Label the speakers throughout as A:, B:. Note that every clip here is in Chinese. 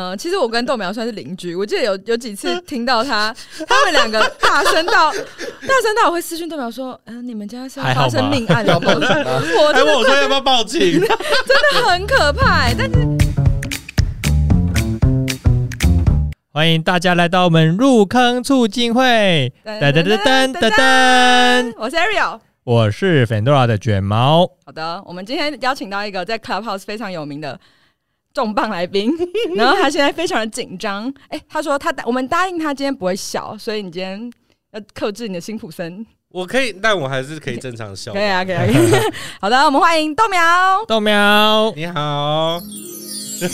A: 呃，其实我跟豆苗算是邻居，我记得有有几
B: 嗯
A: 次听到他他们两个大声到大声到我会私讯豆苗说，嗯、你们家是要
B: 还好
A: 发生
B: 吧
A: 命案了吗？ 我
B: 还
A: 真
B: 问
A: 的
B: 我说要不要报警？
A: 真的很可怕、欸，但是
B: 欢迎大家来到我们入坑促进会。噔噔噔噔噔噔，
A: 我是 Ariel。
B: 我是 Fandora 的卷毛。
A: 好的，我们今天邀请到一个在 Clubhouse 非常有名的重磅来宾，然后他现在非常的紧张。哎、他说他我们答应他今天不会笑，所以你今天要克制你的辛普森。
C: 我可以，但我还是可以正 常笑
A: 可。以啊，可以、啊。 可以好的，我们欢迎豆苗。
B: 豆苗，
C: 你 好，这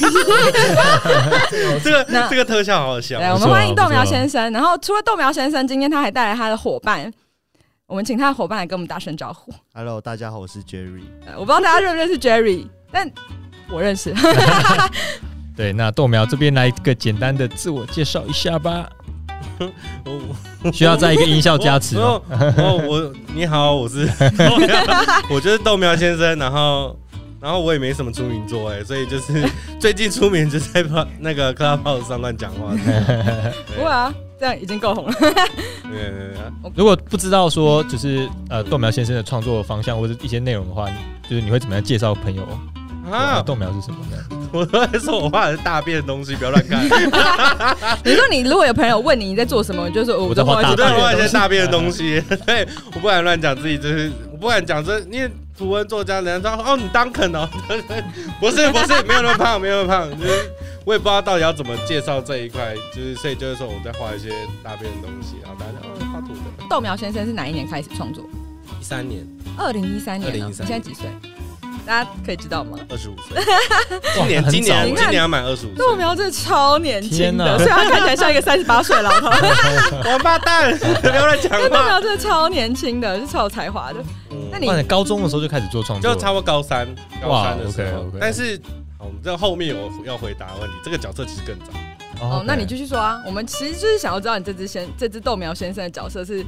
A: 那
C: 个这个特效好好笑
A: 对，。我
B: 不
A: 们
B: 错啊
A: 欢迎豆苗
B: 不错
A: 先生。然后除了豆苗先生，今天他还带来他的伙伴，我们请他的伙伴来跟我们打声招呼。
D: Hello，大家好，我是 Jerry。
A: 呃我不知道大家认不认识 Jerry，但我认识。
B: 对，那豆苗这边来一个简单的自我介绍一下吧。
C: 哦我
B: 需要再一个音效加持啊吗？
C: 我我我你好，我 是 我就是豆苗先生，然后然后我也没什么出名作哎，所以就是 最近出名就在那个 Clubhouse 上乱讲话。
A: 不会啊，这样已经够红了。
C: 对对对啊对，
B: 如果不知道说就是呃豆苗先生的创作方向或者一些内容的话，你就是你会怎么样介绍朋友？啊，
C: 啊！
B: 豆苗是什么呢？
C: 我都在说我画的是大便的东西，不要乱看。
A: 你说你如果有朋友问你你在做什么，你就说哦
B: 我在画
C: 我
B: 大
C: 在画一
B: 便
C: 些大便的东西， 对，我不敢乱讲自己，就是我不敢讲这，因为图文作家人家说哦，你当肯哦， 不是不是，没有那么胖，没有那么胖，就是我也不知道到底要怎么介绍这一块，就是所以就是说我在画一些大便的东西，然后大家哦画图的，
A: 豆苗先生是哪一年开始创作？
C: 一三年
A: 二零一三年、哦。
C: 2013
A: 你现在几岁？大家可以知道吗？
C: 二十五岁，今年
B: 哇
C: 今
B: 很
C: 年
B: 早
C: 今年要满二十五岁，
A: 豆苗真的超年轻
B: 天
A: 的，
B: 哪
A: 虽然他看起来像一个三十八岁的老头，
C: 王八 蛋，不要乱讲
A: 但豆
C: 话，
A: 苗真的超年轻的，是超有才华的。
C: 嗯
A: 那你
B: 哇，你高中的时候就开始做创作
C: 就
B: 了，
C: 差不多高三高
B: 哇
C: 三的时候
B: OK，OK，
C: 但是好，我们这后面我要回答的问题，这个角色其实更早。
B: 哦
A: 哦，那你
B: 就
A: 继续说啊。我们其实就是想要知道你这只先这只豆苗先生的角色是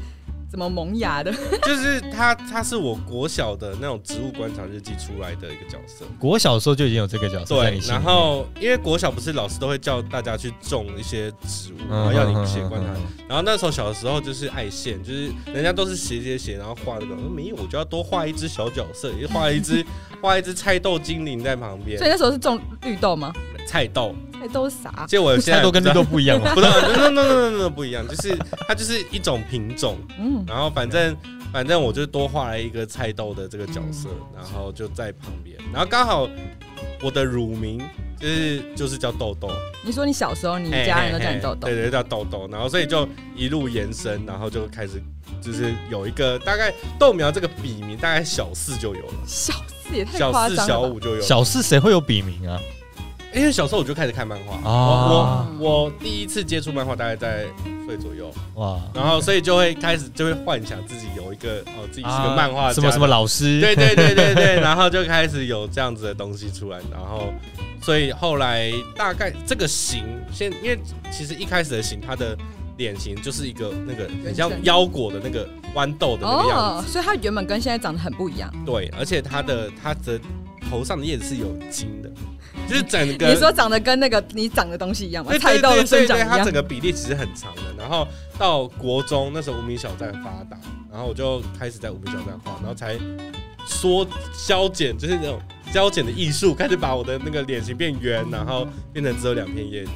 A: 怎么萌芽的。
C: 就是他，他是我国小的那种植物观察日记出来的一个角色。
B: 国小的时候就已经有这个角色在
C: 对
B: 你，心里
C: 然
B: 面
C: 后因为国小不是老师都会叫大家去种一些植
B: 嗯
C: 物，然后要你写观察。然后那时候小的时候就是爱线，就是人家都是写写写，然后画那个，呃没有，我就要多画一只小角色，也画一只 画一只菜豆精灵在旁边
A: 所，以那时候是种绿豆吗？
C: 菜豆。
A: 哎，都是啥？
C: 结果我现
B: 菜
C: 在
B: 都跟绿豆不一样嘛。
C: 不是 ，no no no no no no 不一样，就是它就是一种品种。
A: 嗯，
C: 然后反正反正我就多画了一个菜豆的这个角色，然后就在旁边，然后刚好我的乳名就是就是叫豆豆，
A: 你说你小时候你家人都叫你豆豆
C: 嘿嘿嘿，对对，叫豆豆，然后所以就一路延伸，然后就开始就是有一个大概豆苗这个笔名，大概小四就有了，
A: 小四也太
C: 小
A: 夸
C: 四
A: 张
C: 小
A: 了吧。
C: 五就有了，
B: 小四谁会有笔名啊？
C: 因为小时候我就开始看漫画，
B: 啊
C: 我我我第一次接触漫画大概在五岁左右，
B: 哇，
C: 然后所以就会开始就会幻想自己有一个哦自己是个漫画家、
B: 啊什么什么老师，
C: 对对对对对，然后就开始有这样子的东西出来，然后所以后来大概这个型，现因为其实一开始的型，它的脸型就是一个那个很像腰果的那个豌豆的那个样
A: 哦
C: 子，，
A: 所以他原本跟现在长得很不一样。
C: 对，而且它的它的头上的叶子是有筋的，就是整个
A: 你说长得跟那个你长的东西一样吗？
C: 对
A: 菜
C: 对
A: 豆
C: 对
A: 的生
C: 对
A: 长
C: 对，
A: 一
C: 它
A: 样
C: 整。个比例其实很长的。然后到国中那时候无名小站发达，然后我就开始在无名小站画，然后才缩消减，就是那种消减的艺术，开始把我的那个脸型变圆，然后变成只有两片叶子。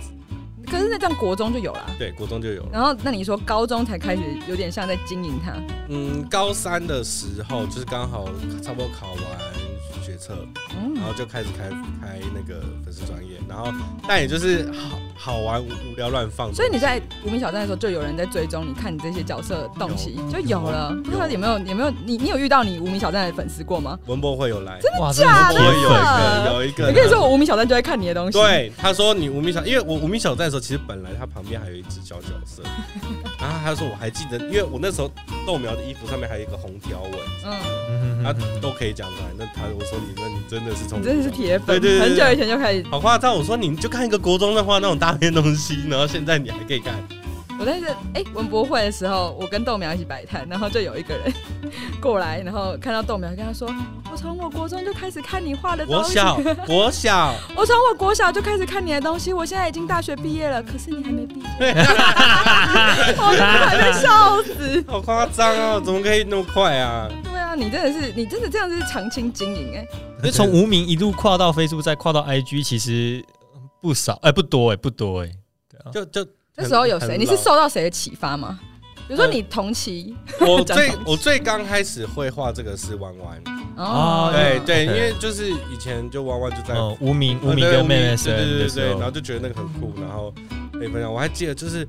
A: 可是那这样国中就有了。啊
C: 对，国中就有了。
A: 然后，那你说高中才开始有点像在经营它，
C: 嗯，高三的时候就是刚好差不多考完学测，然
A: 嗯，
C: 后就开始开开那个粉丝专业，然后但也就是好好玩无无聊乱放。
A: 所以你在无名小站的时候，就有人在追踪你看你这些角色的东西，就有了。不知道有没有有没有你你有遇到你无名小站的粉丝过吗？
C: 文博会有来，
B: 哇，真
A: 假
B: 的
A: 的
B: 是
C: 文博会
B: 铁
C: 有
B: 粉。
C: 一个有一个，
A: 我跟你说，我无名小站就在看你的东西。，
C: 对，他说你无名小，因为我无名小站的时候，其实本来他旁边还有一只小角 色，然后他说我还记得，因为我那时候豆苗的衣服上面还有一个红条纹，
A: 嗯，
B: 嗯
C: 他都可以讲出来。那他我说你那你真的是 从
A: 你真的是铁粉，
C: 对对对对
A: 很久以前就开始。
C: 好夸张，我说你就看一个国中在画那种大片东西，然后现在你还可以看，
A: 我在这哎、文博会的时候，我跟豆苗一起摆摊，然后就有一个人过来，然后看到豆苗，跟他说：“我从我国中就开始看你画的东
C: 我
A: 西，
C: 小，我小，
A: 我从我国小就开始看你的东西，我现在已经大学毕业了，可是你还没毕业， 我还没笑死。
C: 好夸张 哦，怎么可以那么快啊？
A: 对啊，你真的是，你真的这样是长青经营哎、
B: 就从无名一路跨到 Facebook，再跨到 IG，其实不少，哎、不多哎、不多哎、
C: 就就
A: 这时候有
C: 很
A: 谁？
C: 很
A: 你是
C: 老呃
A: 受到谁的启发吗？比如说你同期
C: 我
A: 讲嗯
C: 最
A: 同
C: 我最刚开始会画这个是弯弯，
B: 哦
C: 哎
B: 嗯
C: 对对，因
B: OK
C: 为就是以前就弯弯就在
B: 嗯，无名无
C: 呃
B: 名
C: 对
B: 跟妹妹
C: 对对
B: 生
C: 对
B: 的
C: 对，
B: 时
C: 然后
B: 候，
C: 就觉得那个很酷，然后可以分享。我还记得就是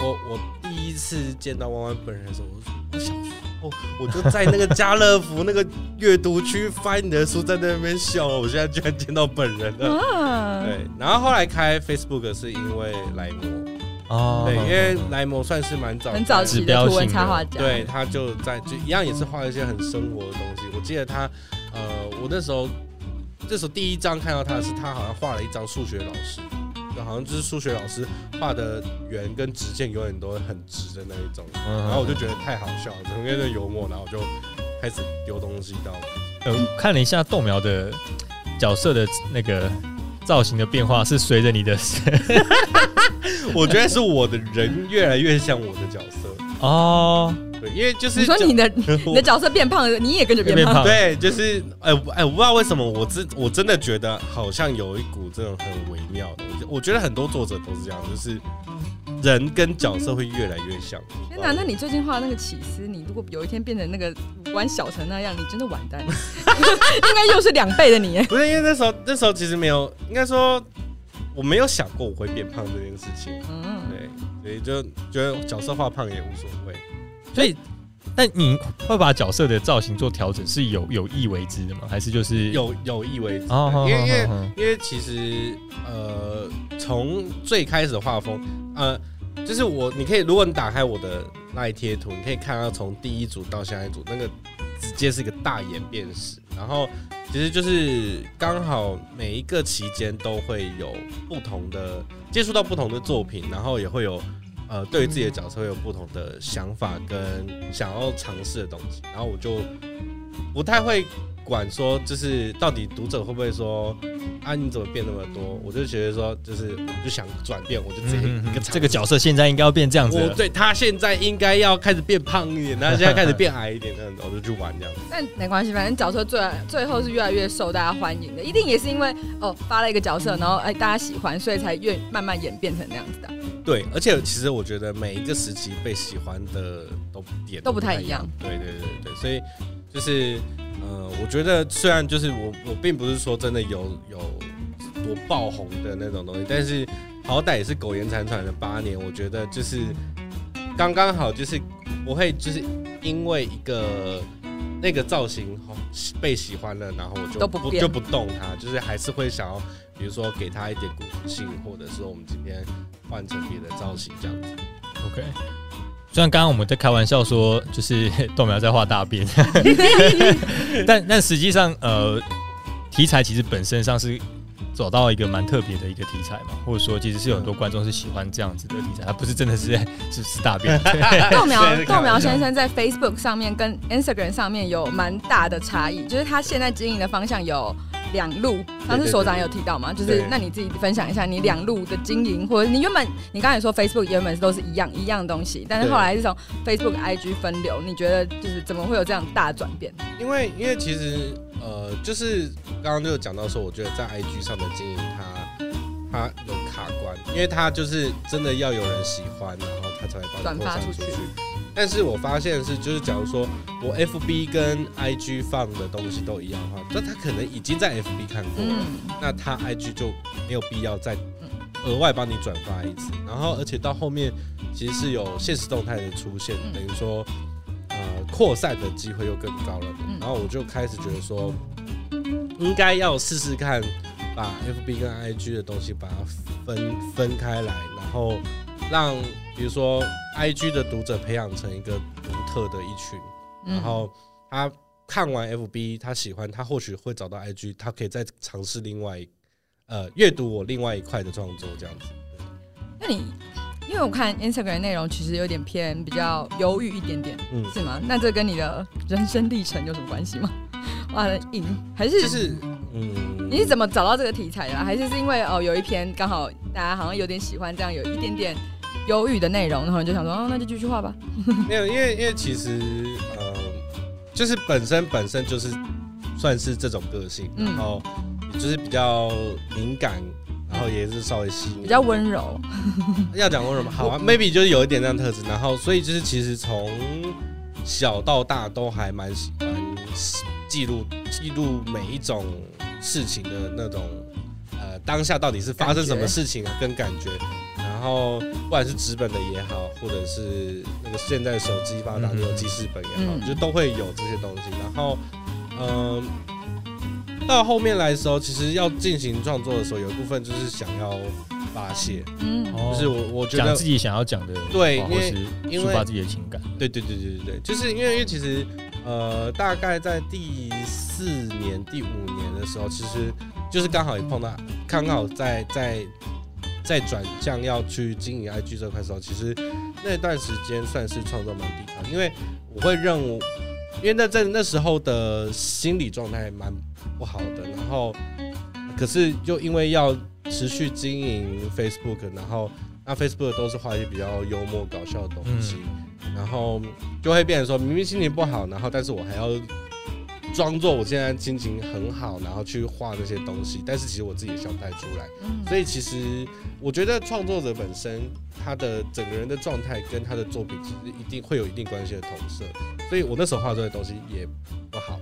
C: 我我第一次见到弯弯本人的时候，我说我小时候我就在那个家乐福那个阅读区翻你的书，在那边笑，我现在居然见到本人了。
B: 嗯
A: 啊，
C: 对，然后后来开 Facebook 是因为莱摩，
B: 哦
C: 对，因为莱摩算是蛮早
A: 很早
C: 在
A: 期的图文插画家，
C: 对，他就在就一样也是画一些很生活的东西。我记得他，呃，我那时候这时候第一张看到他的是他好像画了一张数学老师，就好像就是数学老师画的圆跟直线永远都会很直的那一 种。
B: 嗯
C: 然后我就觉得太好笑了，整个人幽默，然后我就开始丢东西到。
B: 呃看了一下豆苗的角色的那个造型的变化，是随着你的
C: 我觉得是我的人越来越像我的角色，
B: 哦，
C: 对，因为就是
A: 你说你的你
C: 我
A: 的角色变胖了，你也跟着变
B: 变
A: 胖。
B: 胖
C: 对，就是哎我哎、我不知道为什么我真我真的觉得好像有一股这种很微妙的，我觉我觉得很多作者都是这样，就是人跟角色会越来越像。
A: 天哪，那你最近画的那个起司，你如果有一天变成那个五官小成那样，你真的完 蛋，应该又是两倍的你欸耶。
C: 哦不是因为那时候那时候其实没有，应该说我没有想过我会变胖这件事情，
A: 嗯，
C: 对，所以就觉得角色画胖也无所谓。
B: 所以。那你会把角色的造型做调整，是有有意为之的吗？还是就是
C: 有有意为之，
B: 哦好
C: 因为
B: 好
C: 因为
B: 好好
C: 因为其实呃，从最开始画风，呃，就是我，你可以，如果你打开我的那一贴图，你可以看到从第一组到下一组，那个直接是一个大演变史。然后其实就是刚好每一个期间都会有不同的接触到不同的作品，然后也会有。呃，对于自己的角色会有不同的想法跟想要尝试的东西，然后我就不太会管说，就是到底读者会不会说啊，你怎么变那么多？我就觉得说，啊就是我就想转变，我就直接
B: 嗯嗯嗯
C: 一个尝试
B: 这 个角色现在应该要变这样子
C: 我
B: 了，
C: 对他现在应该要开始变胖一 点，他现在开始变矮一点，那我就去玩这样子。
A: 但没关系，反正角色最最后是越来越受大家欢迎的，一定也是因为哦发了一个角色，然后哎大家喜欢，所以才越慢慢演变成那样子的。
C: 对，而且其实我觉得每一个时期被喜欢的都点
A: 都不太一
C: 一
A: 样。
C: 对对对对，所以就是呃，我觉得虽然就是我我并不是说真的有有多爆红的那种东西，但是好歹也是苟延残喘了八年，我觉得就是刚刚好，就是不会就是因为一个。那个造型哦被喜欢了，然后我就
A: 都不变
C: 就不动它，就是还是会想要，比如说给它一点鼓舞性，或者说我们今天换成别的造型这样子。
B: OK，虽然刚刚我们在开玩笑说，就是 豆苗在画大便， 但但实际上，呃，题材其实本身上是走到一个蛮特别的一个题材嘛，或者说其实是有很多观众是喜欢这样子的题材，它不是真的是 在是是大 便。
A: 豆苗
C: 对是开
A: 豆
C: 玩
A: 苗
C: 笑
A: 先生在 Facebook 上面跟 Instagram 上面有蛮大的差异，就是他现在经营的方向有两路。上次所长有提到嘛，就是
C: 对
A: 那你自己分享一下你两路的经营，或者你原本你刚才说 Facebook 原本都是一样一样的东西，但是
C: 对
A: 后来是从 Facebook IG 分流，你觉得就是怎么会有这样大转变？
C: 因为因为其实呃，就是刚刚就有讲到说，我觉得在 IG 上的经营它，它有卡关，因为它就是真的要有人喜欢，然后它才会把
A: 转
C: 你
A: 发
C: 扩散
A: 出
C: 出
A: 去
C: 去。但是我发现的是，就是假如说我 FB 跟 IG 放的东西都一样的话，那他可能已经在 FB 看过了，
A: 嗯，
C: 那他 IG 就没有必要再额外帮你转发一次。然后，而且到后面其实是有现实动态的出现，
A: 嗯
C: 等于说呃扩散的机会又更高了
A: 嗯。
C: 然后我就开始觉得说，应该要试试看把 FB 跟 IG 的东西把它分分开来，然后让比如说 IG 的读者培养成一个独特的一群。
A: 嗯
C: 然后他看完 FB，他喜欢，他或许会找到 IG，他可以再尝试另外一呃阅读我另外一块的创作这样子。
A: 那你因为我看 Instagram 内容其实有点偏比较忧郁一点点，
C: 嗯，
A: 是吗？那这跟你的人生历程有什么关系吗？ 哇，赢还是、
C: 就是嗯，
A: 你是怎么找到这个题材的、啊？还是是因为哦有一篇刚好大家好像有点喜欢这样有一点点忧郁的内容，然后你就想说哦那就继续画吧。
C: 没有，因为因为其实呃，就是本身本身就是算是这种个性，
A: 嗯
C: 然后就是比较敏感，然后也是稍微细腻，
A: 比较温柔，
C: 要讲温柔吗？好啊，maybe 就是有一点那样特质，然后所以就是其实从小到大都还蛮喜欢记录记录每一种事情的那种呃当下到底是发生什么事情啊，跟感觉，然后不管是纸本的也好，或者是那个现在手机发达
B: 嗯
C: 有记事本也好，
A: 嗯
C: 就都会有这些东西，然后嗯。到后面来的时候，其实要进行创作的时候，有一部分就是想要发泄，
A: 嗯，
B: 哦
C: 就是我我觉
B: 讲
C: 得
B: 自己想要讲的，
C: 对
B: 话
C: 因
B: 或
C: 为
B: 是
C: 因
B: 抒
C: 为
B: 发自己的情感。
C: 对对对对对对，就是因为因为其实呃，大概在第四年、第五年的时候，其实就是刚好也碰到，刚好在在在转向要去经营 IG 这块的时候，其实那段时间算是创作蛮低潮，因为我会认为，因为那阵那时候的心理状态蛮不好的，然后可是就因为要持续经营 Facebook，然后那 Facebook 都是画一些比较幽默搞笑的东西，然后就会变成说，明明心情不好，然后但是我还要装作我现在心情很好，然后去画那些东西，但是其实我自己也想带出来。
A: 嗯
C: 所以其实我觉得创作者本身他的整个人的状态跟他的作品其实一定会有一定关系的投射，所以我那时候画出来的东西也不好，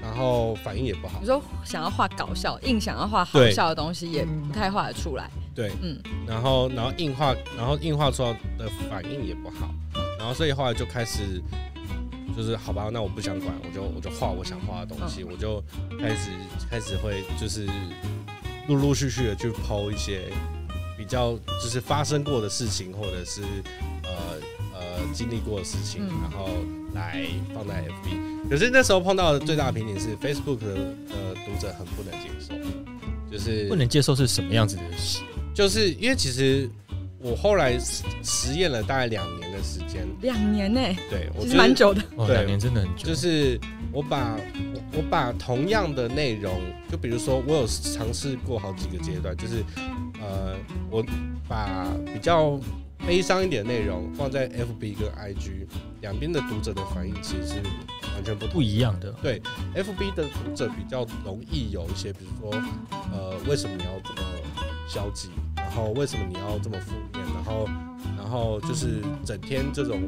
C: 然后反应也不好
A: 你，说想要画搞笑，硬想要画好
C: 对
A: 笑的东西，也
C: 嗯
A: 不太画得出来。
C: 对，
A: 嗯
C: 然后然后硬化，然后硬化出来的反应也不好，然后所以后来就开始就是好吧，那我不想管，我就我就画我想画的东西，
A: 嗯
C: 我就开始开始会就是陆陆续续的去剖一些比较就是发生过的事情，或者是呃呃经历过的事情，
A: 嗯
C: 然后来放在 FB。可是那时候碰到的最大的瓶颈是 Facebook 的的读者很不能接受，就是
B: 不能接受是什么样子的
C: 就是因为其实我后来实实验了大概两年的时间，
A: 两年呢、
C: 对我
A: 其
C: 觉
A: 实
C: 得
A: 蛮久的。
B: 哦，
C: 对
B: 两年真的很久，
C: 就是我把我我把同样的内容，就比如说我有尝试过好几个阶段，就是呃，我把比较悲伤一点的内容放在 FB 跟 IG 两边的读者的反应其实是完全不同
B: 不
C: 的。
B: 一样的。
C: FB 的读者比较容易有一些，比如说，呃，为什么你要这么消极？然后为什么你要这么负面？然后，然后就是整天这种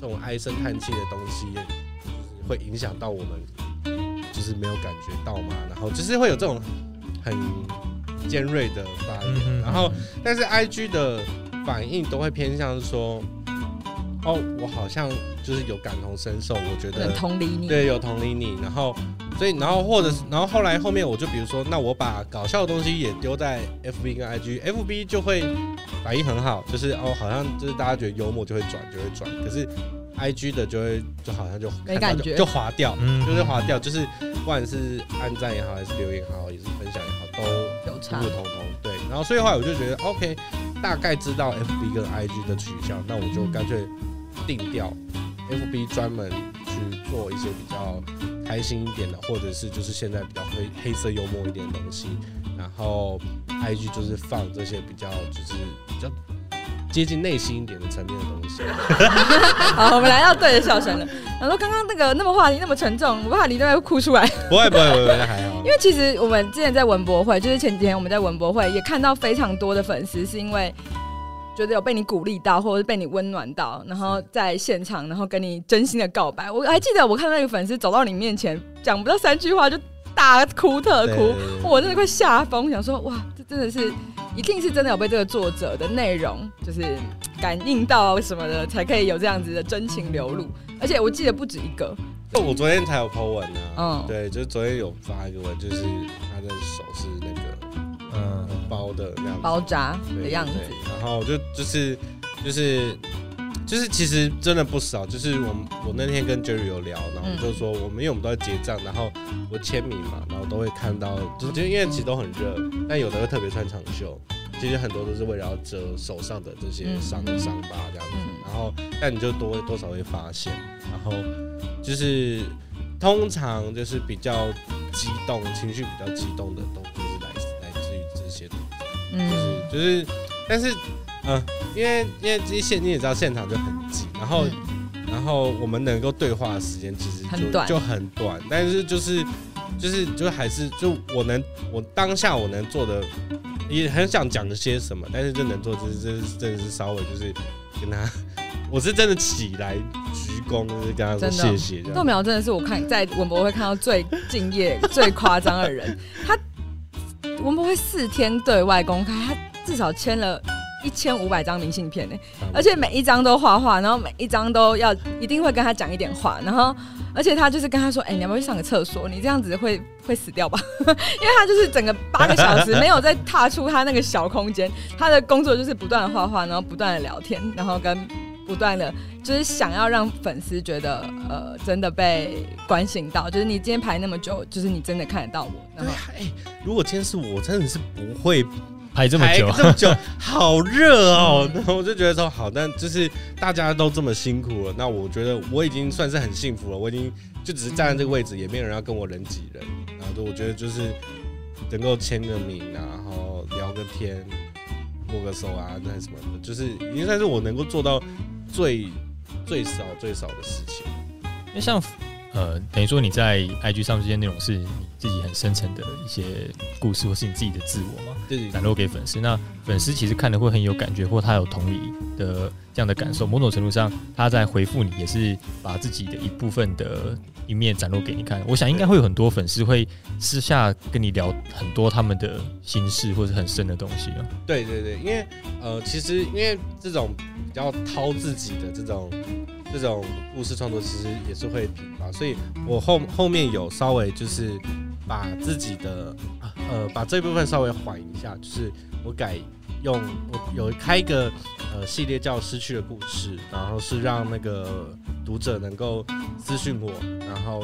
C: 这种唉声叹气的东西，就是会影响到我们，就是没有感觉到嘛。然后就是会有这种很尖锐的发言。
B: 嗯
C: 然后，但是 IG 的反应都会偏向说，哦，我好像就是有感同身受，我觉
A: 不
C: 得
A: 能同理你。
C: 对，有同理你。然后，所以，然后或者是，然后后来后面我就比如说，那我把搞笑的东西也丢在 FB 跟 IG，FB 就会反应很好，就是哦，好像就是大家觉得幽默就会转，就会转。可是 IG 的就会就好像就
A: 没
C: 看到
A: 感
C: 就
A: 觉
C: 就划掉，
B: 嗯
C: 就是划掉，就是不管是按赞也好，还是留言也好，也是分享也好，都
A: 有
C: 普
A: 差
C: 普。通通。对，然后所以后来我就觉得 OK，大概知道 FB 跟 IG 的取向，那我就干脆定掉 FB 专门去做一些比较开心一点的，或者是就是现在比较黑黑色幽默一点的东西，然后 IG 就是放这些比较就是比较接近内心一点的层面的东 西。
A: 好，我们来到对的笑声了。然后刚刚那个那么话题那么沉重，我怕你都要哭出来。
C: 不会不会不会，还好
A: 因。为其实我们之前在文博会，就是前几天我们在文博会也看到非常多的粉丝，是因为觉得有被你鼓励到，或者是被你温暖到，然后在现场，然后跟你真心的告白。我还记得我看到一个粉丝走到你面前，讲不到三句话就大哭特
C: 对
A: 哭
C: 对对，对
A: 我真的快吓疯，想说哇，这真的是一定是真的有被这个作者的内容就是感应到啊什么的，才可以有这样子的真情流露。而且我记得不止一个，
C: 我昨天才有 po 文呢、啊，
A: 嗯
C: 对，就是昨天有发一个文，就是他的手是那个
B: 嗯，
C: 包的那样子。
A: 包扎
C: 对
A: 的样子。
C: 对对然后就就是就是就是其实真的不少，就是我们我那天跟 Jerry 有聊，然后
A: 嗯
C: 就说我们因为我们都在结账，然后我签名嘛，然后都会看到，就就因为其实都很热，但有的会特别穿长袖。其其实很多都是为了要遮手上的这些
A: 嗯
C: 伤伤疤这样子，
A: 嗯
C: 然后但你就多多少会发现，然后就是通常就是比较激动、情绪比较激动的东西是来自来自于这些东西，
A: 嗯
C: 就是就是，但是嗯、呃因为因为这些你也知道现场就很挤，然后然后我们能够对话的时间其实就
A: 很短
C: 就很短，但是就是就是就还是就我能我当下我能做的，也很想讲些什么，但是就能做就是就是真的是稍微就是跟他， 我是真的起来鞠躬，就是跟他说
A: 真的
C: 谢谢这
A: 豆
C: 样。
A: 苗真的是我看在文博会看到最敬业、最夸张的人。他文博会四天对外公开，他至少签了一千五百张明信片呢、欸而且每一张都画画，然后每一张都要一定会跟他讲一点话，然后而且他就是跟他说：“哎、你要不要去上个厕所？你这样子会会死掉吧？” 因为他就是整个八个小时没有再踏出他那个小空间，他的工作就是不断的画画，然后不断的聊天，然后跟不断的就是想要让粉丝觉得呃真的被关心到，就是你今天排那么久，就是你真的看得到我，然
C: 对
A: 后
C: 啊，哎、如果今天是我，真的是不会
B: 排这么
C: 排
B: 久，
C: 这 么久，好热哦！ 然后我就觉得说好，但就是大家都这么辛苦了，那我觉得我已经算是很幸福了，我已经就只是站在这个位置，也没有人要跟我人挤人，然后就我觉得就是能够签个名，然后聊个天，握个手啊，那什么的，就是已经算是我能够做到最最少最少的事情。
B: 因为像呃，等于说你在 IG 上这些内容是你自己很深层的一些故事，或是你自己的自我嘛，
C: 对
B: 展露给粉丝。那粉丝其实看的会很有感觉，或他有同理的这样的感受。某种程度上，他在回复你也是把自己的一部分的一面展露给你看。我想应该会有很多粉丝会私下跟你聊很多他们的心事或是很深的东西啊。
C: 对对对，因为呃，其实因为这种比较掏自己的这种这种故事创作，其实也是会疲乏，所以我后后面有稍微就是把自己的呃把这部分稍微缓一下，就是我改用我有开一个呃系列叫《失去的故事》，然后是让那个读者能够私信我，然后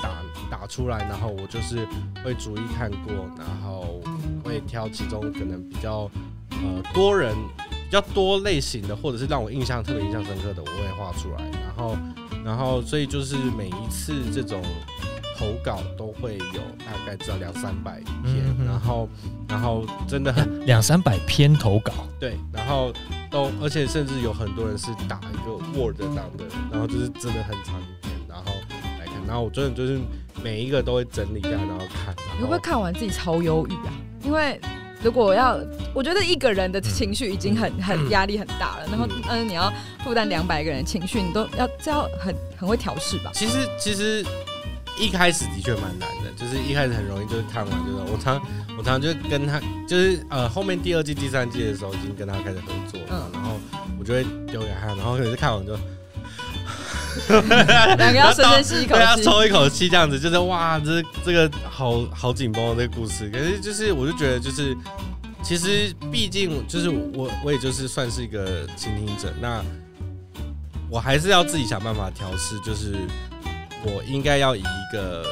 C: 打打出来，然后我就是会逐一看过，然后会挑其中可能比较呃多人比较多类型的，或者是让我印象特别印象深刻的，我会画出来。然后，然后所以就是每一次这种投稿都会有大概至少两三百篇，
B: 嗯哼
C: 然后，然后真的很
B: 两三百篇投稿，
C: 对，然后都，而且甚至有很多人是打一个 Word 档的，然后就是真的很长一篇，然后来看，然后我真的就是每一个都会整理一下，然后看，
A: 你会
C: 然
A: 不会
C: 后
A: 看完自己超忧郁啊？因为如果要，我觉得一个人的情绪已经很很压力很大了，然后
C: 嗯
A: 嗯，你要负担两百个人的情绪，你都要这要很很会调试 吧？
C: 其实其实一开始的确蛮难的，就是一开始很容易就是看完就是我常我常就跟他就是呃后面第二季第三季的时候已经跟他开始合作了，
A: 嗯
C: 然后我就会丢给他，然后可是看完就
A: 两个要深深吸一口
C: 对，要啊
A: 气，
C: 抽一口气这样子，就是哇，这这个好好紧绷的这个故事。可是就是，我就觉得就是，其实毕竟就是我，我也就是算是一个倾听者，那我还是要自己想办法调试，就是我应该要以一个。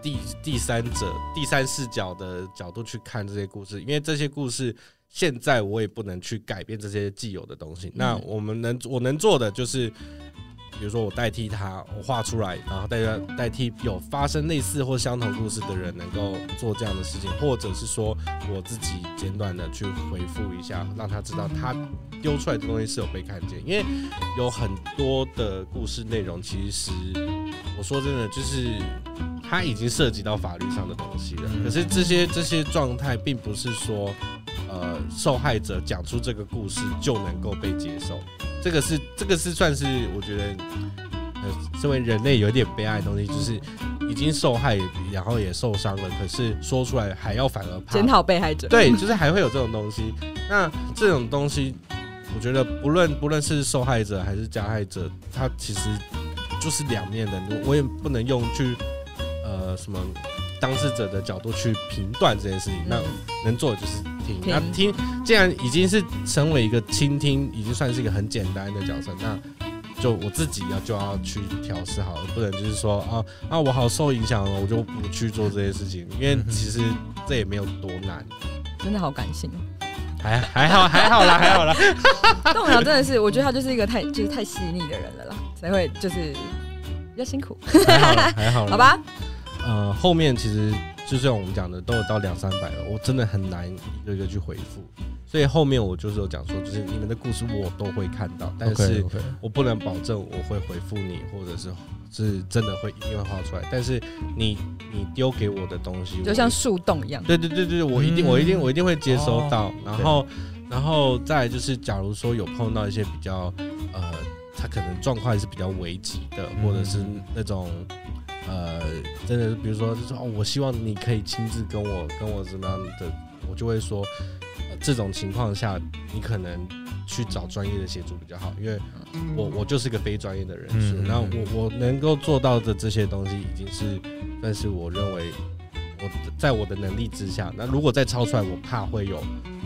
C: 第第三者、第三视角的角度去看这些故事，因为这些故事现在我也不能去改变这些既有的东西。那我们能我能做的就是，比如说我代替他，我画出来，然后代替代替有发生类似或相同故事的人能够做这样的事情，或者是说我自己简短的去回复一下，让他知道他丢出来的东西是有被看见。因为有很多的故事内容，其实我说真的就是。它已经涉及到法律上的东西了，可是这些这些状态并不是说，呃，受害者讲出这个故事就能够被接受，这个是这个是算是我觉得，呃，身为人类有点悲哀的东西，就是已经受害，然后也受伤了，可是说出来还要反而怕
A: 检讨被害者。
C: 对，就是还会有这种东西。那这种东西，我觉得不论不论是受害者还是加害者，他其实就是两面的，我我也不能用去呃什么当事者的角度去评断这件事
A: 嗯
C: 情。
B: 嗯
C: 那能做的就是听。
A: 听
C: 那听，既然已经是成为一个倾听，已经算是一个很简单的角色，那就我自己要就要去调试好了，不能就是说啊啊我好受影响了，我就不去做这些事情，因为
B: 嗯哼
C: 其实这也没有多难。
A: 真的好感性哦。
B: 还还好还好 啦，还好啦。
A: 豆苗真的是，我觉得他就是一个太就是太细腻的人了啦，才会就是比较辛苦，
C: 还好啦还好 啦
A: 好。吧？
C: 呃，后面其实就像我们讲的，都有到两三百了，我真的很难一个一个去回复。所以后面我就是有讲说，就是你们的故事我都会看到，但是
B: OK，OK
C: 我不能保证我会回复你，或者是是真的会一定会画出来。但是你你丢给我的东西，
A: 就
C: 我
A: 像树洞一样，
C: 对对对对，我一定、
B: 嗯
C: 我一定我一定会接收到。
B: 哦
C: 然后然后再来就是，假如说有碰到一些比较呃，他可能状况也是比较危急的，
B: 嗯
C: 或者是那种。呃，真的是，比如说，就是哦，我希望你可以亲自跟我跟我怎么样的，我就会说，呃这种情况下，你可能去找专业的协助比较好，因为我我就是个非专业的人士，
B: 嗯嗯
C: 那
B: 嗯
C: 我我能够做到的这些东西，已经是算是我认为我在我的能力之下。那如果再超出来，我怕会有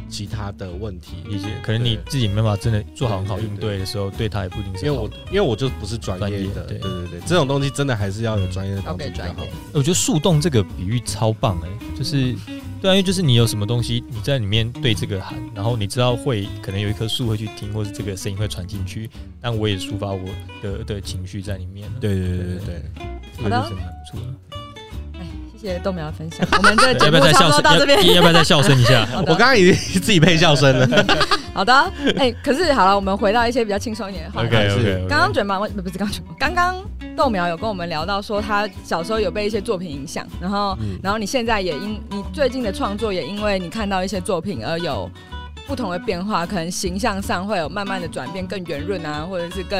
C: 其他的问题，
B: 理解，可能你
C: 对
B: 自己没办法真的做好很好
C: 对对
B: 应对的时候，对他也不一定
C: 因为
B: 是好
C: 我
B: 的。
C: 因为我就不是专业的，
B: 专业对
C: 对对对，这种东西真的还是要有专业的
A: 要
C: 帮助
A: 给
C: 比较
A: 专
C: 好
A: 业。。
B: 我觉得树洞这个比喻超棒哎、就是对啊，因为就是你有什么东西，你在里面对这个喊，然后你知道会可能有一棵树会去听，或是这个声音会传进去，但我也抒发我的的情绪在里面啊了。
C: 对对对对对，
B: 这个就真的很不错了。
A: 哎，谢谢豆苗的分享，我们这个
B: 要
A: 节
B: 不
A: 目
B: 要再
A: 差
B: 笑
A: 不多
B: 声？
A: 到这边。
B: 要要不要再笑声一下？
A: 好的
C: 我刚刚已经自己配笑 声了，
A: 好的， 哎、可是好了，我们回到一些比较轻松一点的话题。
B: OK OK，
A: 刚刚卷毛不不是刚刚卷毛，刚刚豆苗有跟我们聊到说，他小时候有被一些作品影响，然后、
C: 嗯
A: 然后你现在也因你最近的创作也因为你看到一些作品而有不同的变化，可能形象上会有慢慢的转变，更圆润啊，或者是更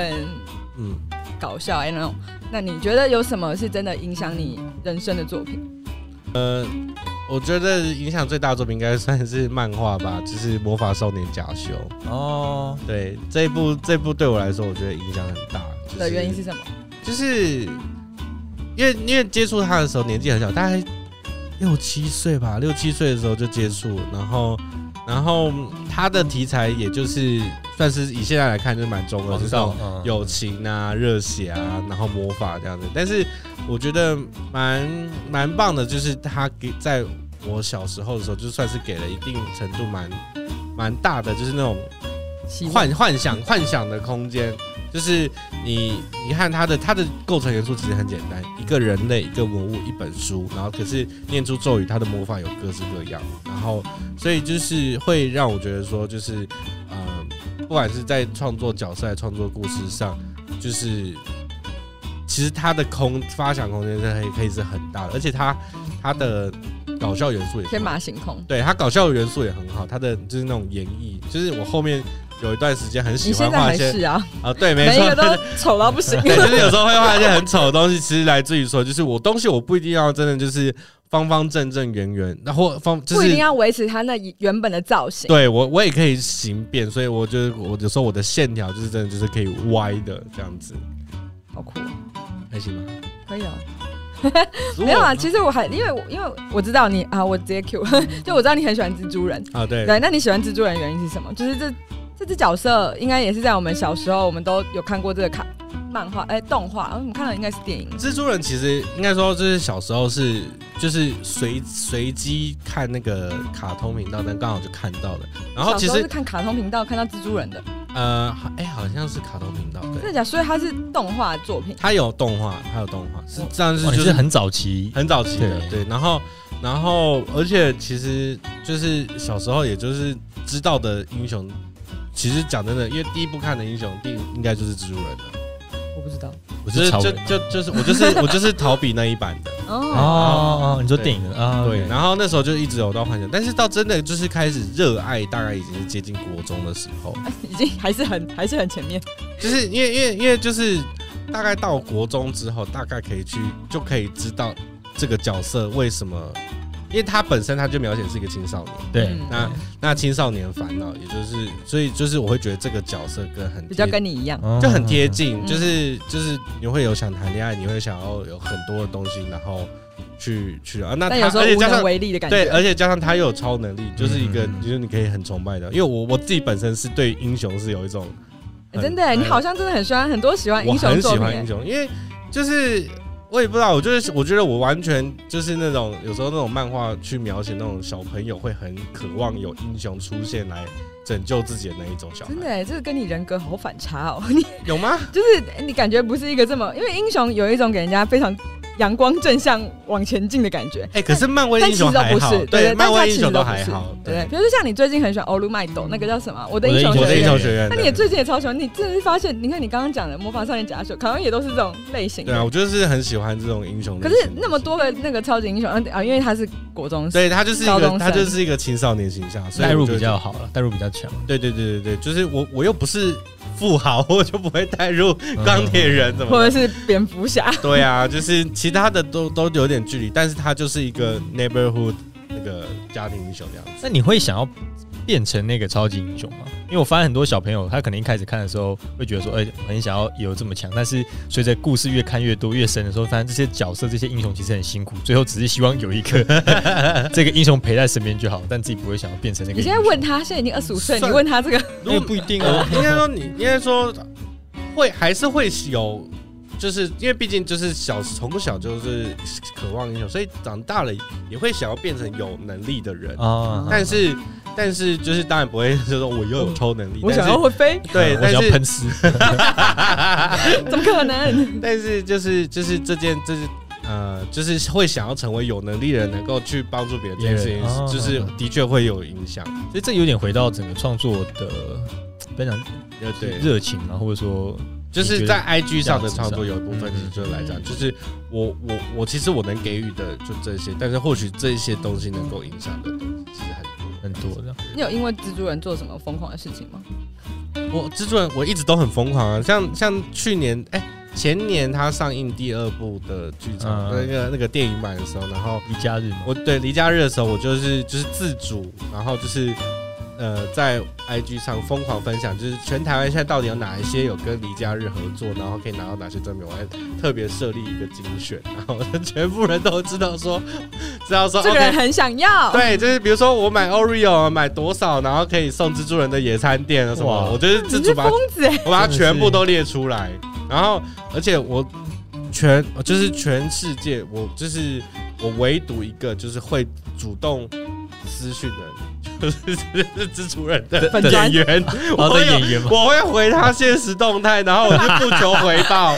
C: 嗯。
A: 搞笑哎、那种。那你觉得有什么是真的影响你人生的作品？
C: 呃，我觉得影响最大的作品应该算是漫画吧，就是《魔法少年假修》。
B: 哦，
C: 对，这一部这一部对我来说，我觉得影响很大。就是
A: 的原因是什么？
C: 就是因为因为接触他的时候年纪很小，大概六七岁吧，六七岁的时候就接触，然后然后他的题材也就是算是以现在来看就是蛮中二，就是那种
B: 嗯
C: 友情啊、热血啊，然后魔法这样子。但是我觉得蛮蛮棒的，就是他给在我小时候的时候，就算是给了一定程度蛮蛮大的，就是那种
A: 希望
C: 幻幻想幻想的空间。就是你，你看它的它的构成元素其实很简单，一个人类，一个文物，一本书，然后可是念出咒语，它的魔法有各式各样，然后所以就是会让我觉得说，就是呃，不管是在创作角色、创作故事上，就是其实它的空发想空间是可以可以是很大的，而且它它的搞笑元素也是
A: 天马行空。
C: 对他搞笑的元素也很好，他的就是那种演绎，就是我后面有一段时间很喜
A: 你
C: 欢
A: 现在
C: 画一
A: 还
C: 些
A: 是啊，
C: 啊，对，没
A: 每一
C: 错
A: 个，都丑到不行。
C: 对，就是有时候会画一些很丑的东西，其实来自于说，就是我东西我不一定要真的就是方方正正圆圆，然后方就
A: 不一定
C: 是
A: 要维持他那原本的造型。
C: 对我我也可以形变，所以我就是我有时候我的线条就是真的就是可以歪的这样子，
A: 好酷哦，
C: 还行吗？
A: 可以啊。
C: 如果
A: 没有啊，其实我还因为我因为我知道你啊，我直接 Q，就我 知
C: 嗯
A: 道你很喜欢蜘蛛人。
C: 啊，对，
A: 对，那你喜欢蜘蛛人的原因是什么？就是这这只角色应该也是在我们小时候，我们都有看过这个卡漫画，哎、动画，我们看的应该是电影。
C: 蜘蛛人其实应该说，就是小时候是就是随随机看那个卡通频道，但刚好就看到了。然后
A: 小
C: 其
A: 时候
C: 实
A: 是看卡通频道看到蜘蛛人的，
C: 呃，好哎、好像是卡通频道，
A: 真
C: 对，
A: 的假？所以它是动画作品。
C: 它有动画，它有动画，是
A: 哦
C: 这样是
B: 哇你
C: 就是是
B: 很早期，
C: 很早期的，
B: 对
C: 对。然后然后呃而且其实就是小时候也就是知道的英雄，其实讲真的，因为第一部看的英雄，第一应该就是蜘蛛人了。
A: 我不知道。
B: 我
C: 就是
B: 超
C: 就
B: 人
C: 就就是我就是 我就是逃避那一版的。
A: 哦，
B: 哦，你说电影的啊，
C: 嗯对，
B: OK
C: 然后那时候就一直有到幻想，但是到真的就是开始热爱，大概已经是接近国中的时候，
A: 哦已经还是很还是很前面。
C: 就是因为因为因为就是大概到国中之后，大概可以去就可以知道这个角色为什么，因为他本身他就描写是一个青少年，
B: 对
A: 嗯，
C: 那那青少年烦恼，也就是所以就是我会觉得这个角色跟很
A: 比较
C: 贴
A: 跟你一样，
B: 哦
C: 就很贴近，
A: 嗯
C: 就是就是你会有想谈恋爱，你会想要有很多的东西，然后去去啊，那
A: 但
C: 他
A: 有时候
C: 而且
A: 无
C: 加上
A: 能为力的感觉。
C: 对，而且加上他又有超能力，就是一个
B: 嗯
C: 就是你可以很崇拜的。因为我我自己本身是对英雄是有一种
A: 欸
C: 很，
A: 真的欸，你
C: 嗯
A: 好像真的很喜欢很多喜欢
C: 我
A: 英雄
C: 很
A: 啊作
C: 喜
A: 品
C: 欢英
A: 欸，
C: 雄，因为就是我也不知道，我就是我觉得我完全就是那种有时候那种漫画去描写那种小朋友会很渴望有英雄出现来拯救自己的那一种小
A: 真的
C: 孩，
A: 哎、这个跟你人格好反差哦。 你
C: 有吗？
A: 就是你感觉不是一个这么，因为英雄有一种给人家非常阳光正向往前进的感觉。
C: 哎、可是漫威
A: 但
C: 英
A: 其实
C: 雄
A: 都
C: 还
A: 不
C: 好，
A: 是，对，
C: 漫
A: 但他
C: 威
A: 其
C: 英
A: 实
C: 雄
A: 都不
C: 还
A: 是
C: 好，
A: 对，比如说像你最近很喜欢欧鲁麦斗那个叫什么？我的英雄
C: 我的
A: 学
C: 英
A: 院
C: 雄。学院，
A: 那你也
C: 对
A: 最近也超喜欢，你真的发现，你看你刚刚讲的《魔法少年假修》，好像也都是这种类型的。
C: 对啊，我就是很喜欢这种英雄
A: 可
C: 类型的
A: 是
C: 事情。
A: 那么多个那个超级英雄，啊啊，因为他是国中生，
C: 对他就是一
A: 高
C: 个
A: 中
C: 他就
A: 生
C: 是一个青少年形象，所以
B: 代入
C: 我觉
B: 比
C: 得
B: 较好了，代入比较强。
C: 对对对对对，就是我我又不是富豪，我就不会带入钢铁人怎么
A: 或者
C: 的？
A: 是蝙蝠侠，
C: 对啊，就是其他的都都有点距离，但是他就是一个 neighborhood 那个家庭英雄这样子。
B: 那你会想要变成那个超级英雄吗？因为我发现很多小朋友，他可能一开始看的时候会觉得说，哎、很想要有这么强，但是随着故事越看越多、越深的时候，发现这些角色、这些英雄其实很辛苦，最后只是希望有一 个这个英雄陪在身边就好，但自己不会想要变成那
A: 你
B: 个英
A: 现
B: 雄。
A: 在问他，现在已经二十五岁，你
C: 算
A: 问他这个，
C: 如
B: 那
C: 果
B: 不一定
C: 呃
B: 啊，
C: 应该说你应该说会还是会有，就是因为毕竟就是小从小就是渴望英雄，所以长大了也会想要变成有能力的
A: 哦
C: 人。
B: 啊
C: 但是但是就是当然不会就是说我又有超能力，
A: 我
C: 但
A: 想
C: 是
A: 要会飞，
C: 对，
B: 我
C: 但
B: 想要
C: 是
B: 喷死。
A: 怎么可能？
C: 但是就是就是这件这是呃，就是会想要成为有能力的人，能够去帮助别人这件事
B: 别人哦
C: 情，就是的确会有影响。
B: 所以这有点回到整个创作的，不要讲
C: 呃，对，
B: 热情嘛，或者说
C: 就是在 IG 上的创作有一部分
B: 嗯嗯
C: 就是来讲，就是我我我其实我能给予的就这些，但是或许这些东西能够影响的东西其实很多。
B: 很多这样。
A: 你有因为蜘蛛人做什么疯狂的事情吗？
C: 我制作人我一直都很疯狂啊，像像去年哎、前年他上映第二部的剧场、
B: 嗯
C: 那个那个电影版的时候，然后
B: 一家日嘛，
C: 我对离家日的时候，我就是就是自主，然后就是呃在 IG 上疯狂分享，就是全台湾现在到底有哪一些有跟离家日合作，然后可以拿到哪些专辑，我还特别设立一个精选，然后 全部人都知道说，知道说
A: 这个人
C: OK。
A: 很想要，
C: 对，就是比如说我买 Oreo 啊买多少，然后可以送蜘蛛人的野餐垫啊什
B: 哇
C: 么，我就是自
A: 你
C: 主
A: 是
C: 把它
A: 疯子哎，
C: 我把它
B: 真的是
C: 全部都列出来，然后而且我全就是全世界，我就是我唯独一个就是会主动私讯的人，就是就是蜘蛛人的
A: 本专
C: 演员，
B: 哦，
C: 我
B: 对
C: 有
B: 演员嘛，
C: 我会回他现实动态，然后我就不求回报，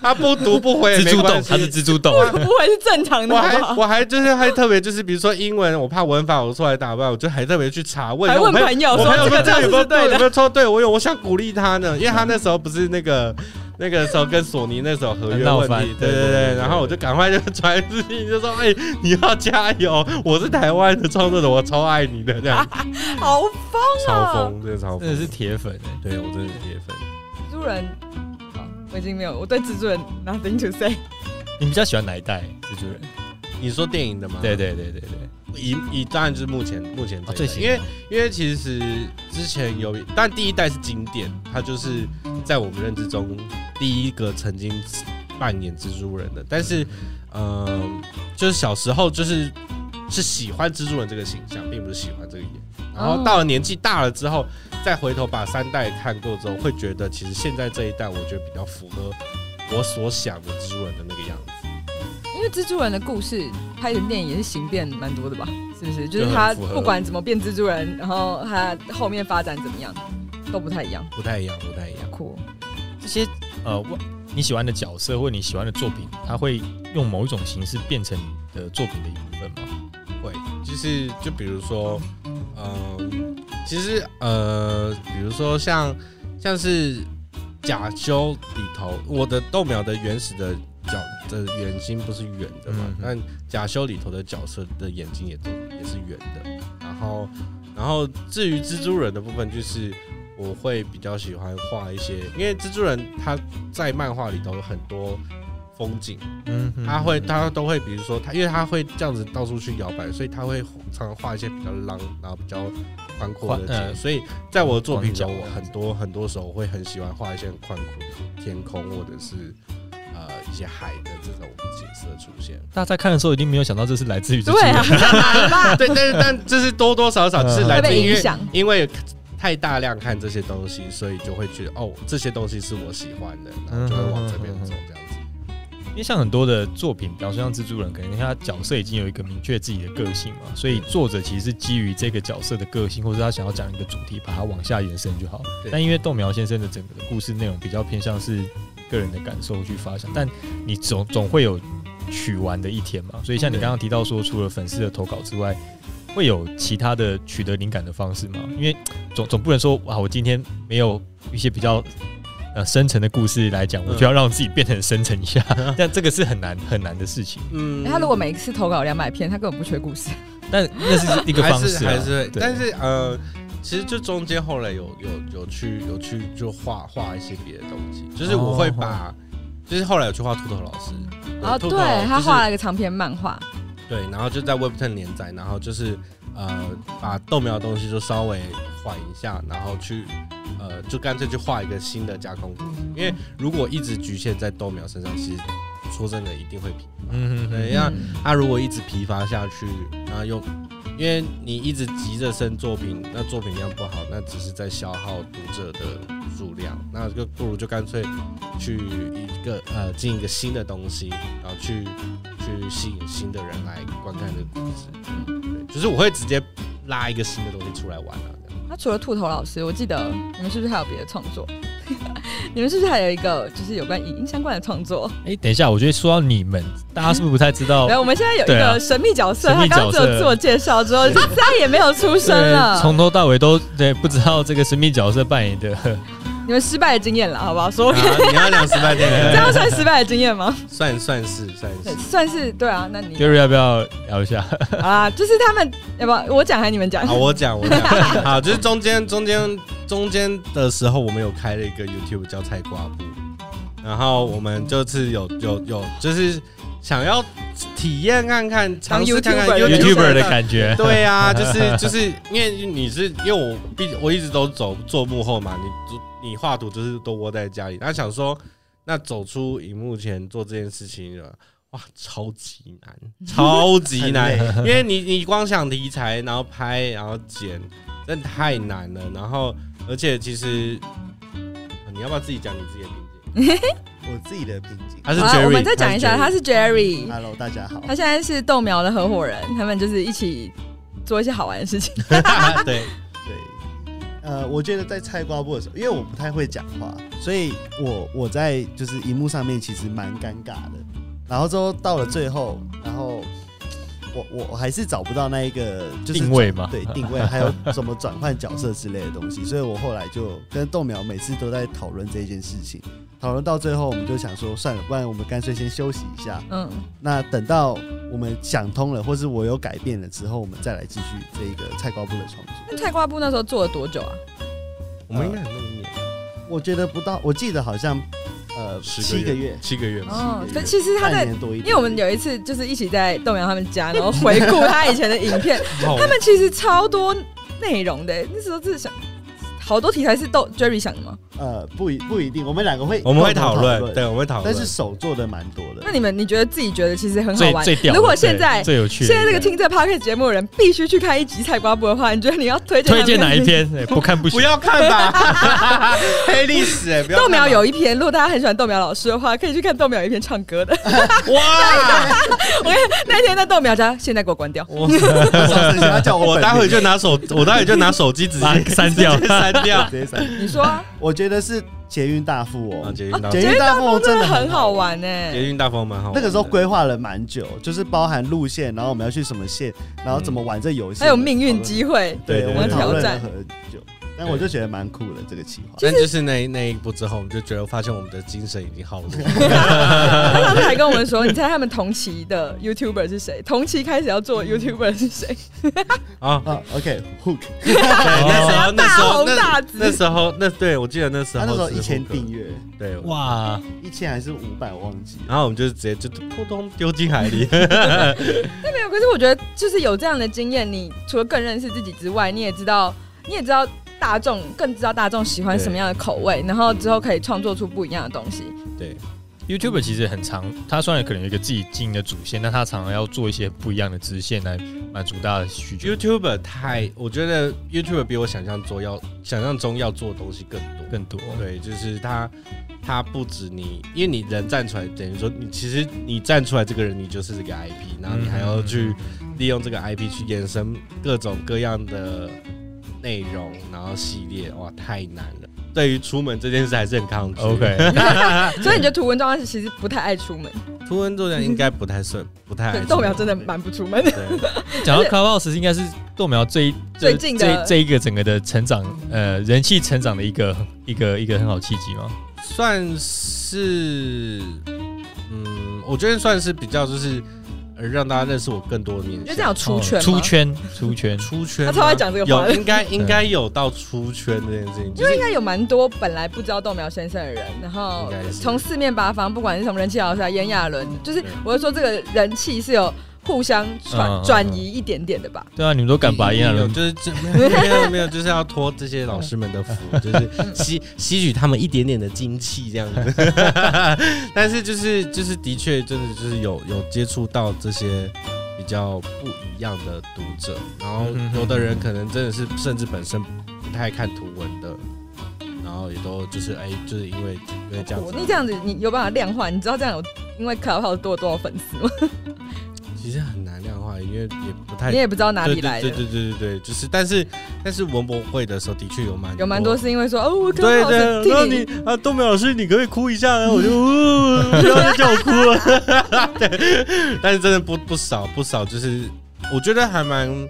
C: 他不读不回也
B: 蜘
C: 没
B: 蛛洞，
C: 关
B: 他是
C: 系。
B: 蜘蛛洞，
A: 不不会是正常的
C: 我还
A: 好不好？
C: 我还就是还特别就是比如说英文，我怕文法我错来打败，我就还特别去查问，
A: 还
C: 我
A: 问
C: 朋友
A: 朋友
C: 我
A: 说
C: 朋友
A: 这
C: 们
A: 个
C: 这
A: 到底
C: 样有
A: 是
C: 没有对
A: 对
C: 有
A: 的
C: 没，有抽对？我有，我想鼓励他呢，因为他那时候不是那个那个时候跟索尼那时候合约
B: 闹
C: 问
B: 翻
C: 题，
B: 对
C: 对
B: 对
C: 对
B: 对
C: 对，然后我就赶快就传 私信，就说哎、你要加油，我是台湾的创作者，我超爱你的这样，
A: 好疯
C: 超
A: 啊！
C: 疯，真的超
B: 真的
C: 疯，
B: 是铁粉哎、
C: 对我真的是铁粉。
A: 蜘蛛人，好我已经没有，我对蜘蛛人 nothing to say。
B: 你比较喜欢哪一代蜘蛛人？
C: 你说电影的吗？
B: 对，对对对对，
C: 以以当然就是目前目前这
B: 哦，
C: 一
B: 最
C: 代
B: 喜
C: 因为因为其实之前有，但第一代是经典，它就是在我们认知中第一个曾经扮演蜘蛛人的。但是，嗯、就是小时候就是是喜欢蜘蛛人这个形象，并不是喜欢这个演员。然后到了年纪大了之后，再回头把三代看过之后，会觉得其实现在这一代，我觉得比较符合我所想的蜘蛛人的那个样子。
A: 因为蜘蛛人的故事拍成电影也是形变蛮多的吧？是不是？就是
C: 就很
A: 他
C: 符合
A: 不管怎么变蜘蛛人，然后他后面发展怎么样都不太一样。
C: 不太一样，不太一样。
A: 酷，哦
B: 这些呃，我你喜欢的角色或你喜欢的作品，它会用某一种形式变成你的作品的一部分吗？
C: 会，就是就比如说，嗯、其实呃，比如说像像是假修里头，我的豆苗的原始的角的圆心不是圆的嘛
B: 嗯，
C: 但假修里头的角色的眼睛也都也是圆的。然后然后至于蜘蛛人的部分，就是我会比较喜欢画一些，因为蜘蛛人他在漫画里头有很多风景。
B: 嗯，
C: 他会，他都会，比如说他，因为他会这样子到处去摇摆，所以他会常常画一些比较浪，然后比较宽阔的
B: 宽呃
A: 嗯
C: 街。所以在我的作品中，
B: 广角
C: 我很多很多时候我会很喜欢画一些很宽阔的天空，或者是呃一些海的这种景色出 现。
B: 大家在看的时候一定没有想到这是来自于蜘蛛
A: 对啊，很
B: 人，
A: 难 吧？
C: 对，但是但就是多多少少 就是来
A: 会
C: 自
A: 被
C: 因
A: 影
C: 为
A: 响。
C: 因为太大量看这些东
B: 嗯
A: 嗯
C: 西，所以就会觉得哦，这些东西是我喜欢的，然后就会往这边走这样子。
B: 因为像很多的作品，比方说像蜘蛛人，可能他角色已经有一个明确自己的个性嘛，所以作者其实是基于这个角色的个性，或者他想要讲一个主题，把它往下延伸就好
C: 对。
B: 但因为豆苗先生的整个故事内容比较偏向是个人的感受去发想，但你总总会有取完的一天嘛，所以像你
C: 对
B: 刚刚提到说，除了粉丝的投稿之外，会有其他的取得灵感的方式吗？因为总总不能说啊，我今天没有一些比较呃深层的故事来讲，我
C: 嗯
B: 就要让自己变得很深层一下，但这个是很难很难的事情。
C: 嗯
A: 欸他如果每一次投稿两百篇，他根本不缺故事。
B: 但那是一个
C: 还
B: 方
C: 是
B: 式、啊，
C: 还是会，
B: 对
C: 但是呃，其实就中间后来有有有去有去就画画一些别的东西，就是我会
B: 哦
C: 把，就是后来有去画秃头老师，
A: 哦，
C: 秃
A: 对
C: 头就是
A: 他画了一个长篇漫画，
C: 对，然后就在 Webton 连载，然后就是呃把豆苗的东西就稍微缓一下，然后去呃就干脆去画一个新的加工故事，因为如果一直局限在豆苗身上，其实说真的一定会疲乏。
B: 嗯
C: 对，啊
B: 嗯
C: 要他如果一直疲乏下去，然后又因为你一直急着生作品，那作品量不好，那只是在消耗读者的数量，那就不如就干脆去一个呃进一个新的东西，然后去去吸引新的人来观看这个故事。对，就是我会直接拉一个新的东西出来玩啊。这样
A: 他除了兔头老师，我记得你们是不是还有别的创作？ 你们是不是还有一个就是有关影音相关的创作？
B: 哎、等一下，我觉得说到你们，大家是不是不太知 道
A: 没？有，我们现在有一
B: 对啊
A: 个神秘角色，
B: 神
A: 他
B: 秘
A: 刚刚
B: 角
A: 只
B: 色
A: 有自我介绍之后，就再也没有出声了
B: 对。从头到尾都对，不知道这个神秘角色扮演的，
A: 你们失败的经验了，好不好？说
C: 然后你要讲失败
A: 这
C: 电
A: 样算失败的经验吗？
C: 影，算算是算是
A: 对，算是对啊。那你
B: Gary 要不要聊一下？
A: 啊，就是他们要不我讲还是你们讲？
C: 好，啊我讲，我讲。好，就是中间中间中间的时候，我们有开了一个 YouTube 叫菜瓜布，然后我们就是有有有，就是想要体验看看，尝试看看
A: YouTuber 对
B: YouTuber 的感 觉，
C: 对啊，就是就是因为你是因为我毕我一直都走做幕后嘛，你你画图就是都窝在家里，然后想说那走出荧幕前做这件事情了。哇，超级难，超级难， 因为你你光想题材，然后拍，然后剪，真的太难了。然后，而且其实，啊你要不要自己讲你自己的名字？
D: 我自己的瓶颈。
B: 啊
C: 还是
A: 好啊
C: Jerry？
A: 了，我们再讲一下，他是 Jerry，
D: Hello，大家好。
A: 他现在是豆苗的合伙人，他们就是一起做一些好玩的事情。
C: 他 对，
D: 对，呃，我觉得在菜瓜布的时候，因为我不太会讲话，所以我我在就是荧幕上面其实蛮尴尬的。然后之后到了最后，然后我我我还是找不到那一个就是
B: 定位嘛
D: 对定位，还有怎么转换角色之类的东西，所以我后来就跟豆苗每次都在讨论这件事情。讨论到最后，我们就想说，算了，不然我们干脆先休息一下，
A: 嗯，
D: 那等到我们想通了，或是我有改变了之后，我们再来继续这一个菜瓜布的创作。
A: 那菜瓜布那时候做了多久啊？
C: 我们应该有那么一年，
D: 我觉得不到，我记得好像呃
C: 十
D: 七个月，
C: 七个月嘛，
A: 哦
D: 是，
A: 可其实他
D: 半
A: 在，
D: 年多一点。
A: 因为我们有一次就是一起在豆苗他们家，然后回顾他以前的影 片，
C: 好
A: 他们其实超多内容的。那时候是想好多题材是豆 Jerry 想的吗？
D: 呃不一不一定，我们两个会
C: 我们会
D: 共同
C: 讨论，对，我们会讨论。
D: 但是手做的蛮多
A: 那
D: 的。
A: 你们你觉得自己觉得其实很好
B: 最
A: 玩
B: 最？屌的。
A: 如果
B: 对
A: 现在
B: 最有趣
A: 现
B: 的，
A: 在这个听这 p o d c a s t 节目的人必须去看一集菜瓜布的话，你觉得你要推荐
B: 推荐
A: 他
B: 哪
A: 们
B: 一？篇？对不 看不行。
C: 不要看吧， 黑历史哎、不要看吧
A: 豆苗有一篇，如果大家很喜欢豆苗老师的话，可以去看豆苗有一篇唱歌的。
C: 哇，
A: 那天在豆苗家，现在给我关掉。
C: 我
D: 我要叫我
C: 我
D: 本名
C: 待会就拿 手，我待会就拿手机直
B: 把它
C: 接
B: 删掉
C: 直接删 掉。
D: 直接删。
A: 你说啊、
D: 我觉得是捷运大富
C: 啊，
D: 翁，
C: 捷运大
D: 捷
C: 捷
D: 运大富翁
A: 哦真
D: 真
A: 的
D: 的
A: 很
D: 很
A: 好
D: 好
A: 玩呢、欸。
C: 运大风蛮好玩的。
D: 那个时候规划了蛮久，就是包含路线，然后我们要去什么线，然后怎么玩这游戏，
A: 还有命运机会，
D: 对，
C: 对
D: 我们
A: 对
D: 讨论
A: 挑
D: 了
A: 战
D: 很久，但我就觉得蛮酷的这个企划。
C: 但就是那那一步之后，我们就觉得发现我们的精神已经耗落。
A: 他上次还跟我们说，你猜他们同期的 YouTuber 是谁？同期开始要做 YouTuber 是 谁？
C: 啊，
D: 啊，OK，Hook，
C: 对，那时候那时
A: 大
C: 候
A: 红大
C: 那
A: 紫
C: 那时候那对我记得那时
D: 他
C: 候
D: 那时候
C: 是
D: 一千
C: Hooker
D: 订阅，
C: 对哇，
B: 哇，
D: 一千还是五百，我忘记了。
C: 然后我们就直接就扑通丢进海 里。
A: 那没有，可是我觉得就是有这样的经验，你除了更认识自己之外，你也知道，你也知道大众更知道大众喜欢什么样的口味，然后之后可以创作出不一样的东西。
C: 对
B: YouTuber 其实很长，他虽然可能有一个自己经营的主线，但他常常要做一些不一样的支线来满足大家的需求
C: ，YouTuber 太，我觉得 YouTuber 比我想象中要想象中要做的东西更多。
B: 更多。
C: 对，就是他它不止你，因为你人站出来，等于说你其实你站出来这个人，你就是这个 IP，然后你还要去利用这个 IP 去延伸各种各样的内容，然后系列，哇，太难了。对于出门这件事还是很抗拒。
B: OK，
A: 所以你觉得图文装其实不太爱出门，
C: 图文作家应该不太顺，不太爱
A: 豆苗
C: 出
A: 真的蛮不出门的。
C: 门对
B: 讲到 Clubhouse 应该是豆苗 最
A: 最
B: 这
A: 近
B: 这
A: 的
B: 这一个整个的成长，呃，人气成长的一个一个一个很好契机吗？
C: 算是，嗯，我觉得算是比较就是呃让大家认识我更多的面
A: 你觉得这
C: 向。
A: 样有出圈
B: 哦
A: 吗？
B: 出圈，出圈，
C: 出圈
A: 他
C: 吗，
A: 超爱讲这个话
C: 有
A: 的
C: 应该应该有到出圈这件事情，就
A: 因为
C: 是
A: 应该有蛮多本来不知道豆苗先生的人，然后
C: 应该是嗯
A: 从四面八方，不管是从人气老师啊、炎亚纶，就是
C: 对
A: 我是说这个人气是有互相
B: 嗯嗯
A: 转
B: 嗯
A: 转移一点点的吧。
B: 对啊，你们都敢把炎亚纶
C: 就是这没有没有没有，就是要托这些老师们的 福，就是吸吸取他们一点点的精气这样子。 但是就是就是的确真的就是有有接触到这些比较不一样的读者，然后
B: 嗯哼哼
C: 有的人可能真的是甚至本身不太看图文的，然后也都就是哎、就是因为因为这样子，
A: 哦你这样子，你有办法量化？你知道这样有因为 Clubhouse 多多少粉丝吗？
C: 其实很难量化，因为也不太
A: 你也不知道哪
C: 对
A: 里来
C: 对
A: 的，
C: 对对对对，就是但是但是文博会的时候的确有蛮
A: 有蛮多是因为说哦，我
C: 对
A: Clubhouse
C: 对，然后
A: 替
C: 你啊，豆苗老师，你可不可以哭一下呢？我就呜，不要再叫我哭了。对，但是真的不不少不少，就是我觉得还蛮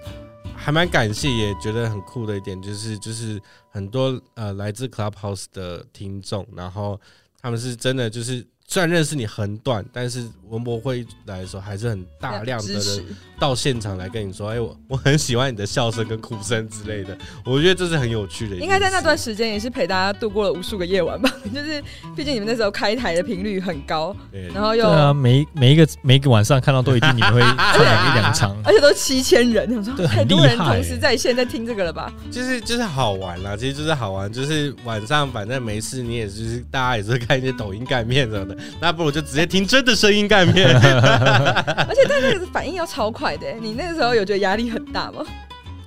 C: 还蛮感谢，也觉得很酷的一点，就是就是很多呃来自 Clubhouse 的听众，然后他们是真的就是。虽然认识你很短，但是文博会来的时候还是很大量的
A: 支
C: 人
A: 持，
C: 到现场来跟你说，哎、我我很喜欢你的笑声跟哭声之类的，我觉得这是很有趣的一件事。
A: 应该在那段时间也是陪大家度过了无数个夜晚吧。就是毕竟你们那时候开台的频率很高，
C: 对
A: 然后
B: 对
A: 又
B: 啊，每一每一个每一个晚上看到都一定你们会看两一 两场，
A: 而且都七千人，想说
B: 对很
A: 太多
B: 厉
A: 人
B: 害欸
A: 同时在线在听这个了吧？
C: 就是就是好玩啦，其实就是好玩，就是晚上反正没事，你也就是大家也是看一些抖音干片什么的，那不如就直接听真的声音干片。
A: 而且但那个反应要超快的欸，你那个时候有觉得压力很大吗？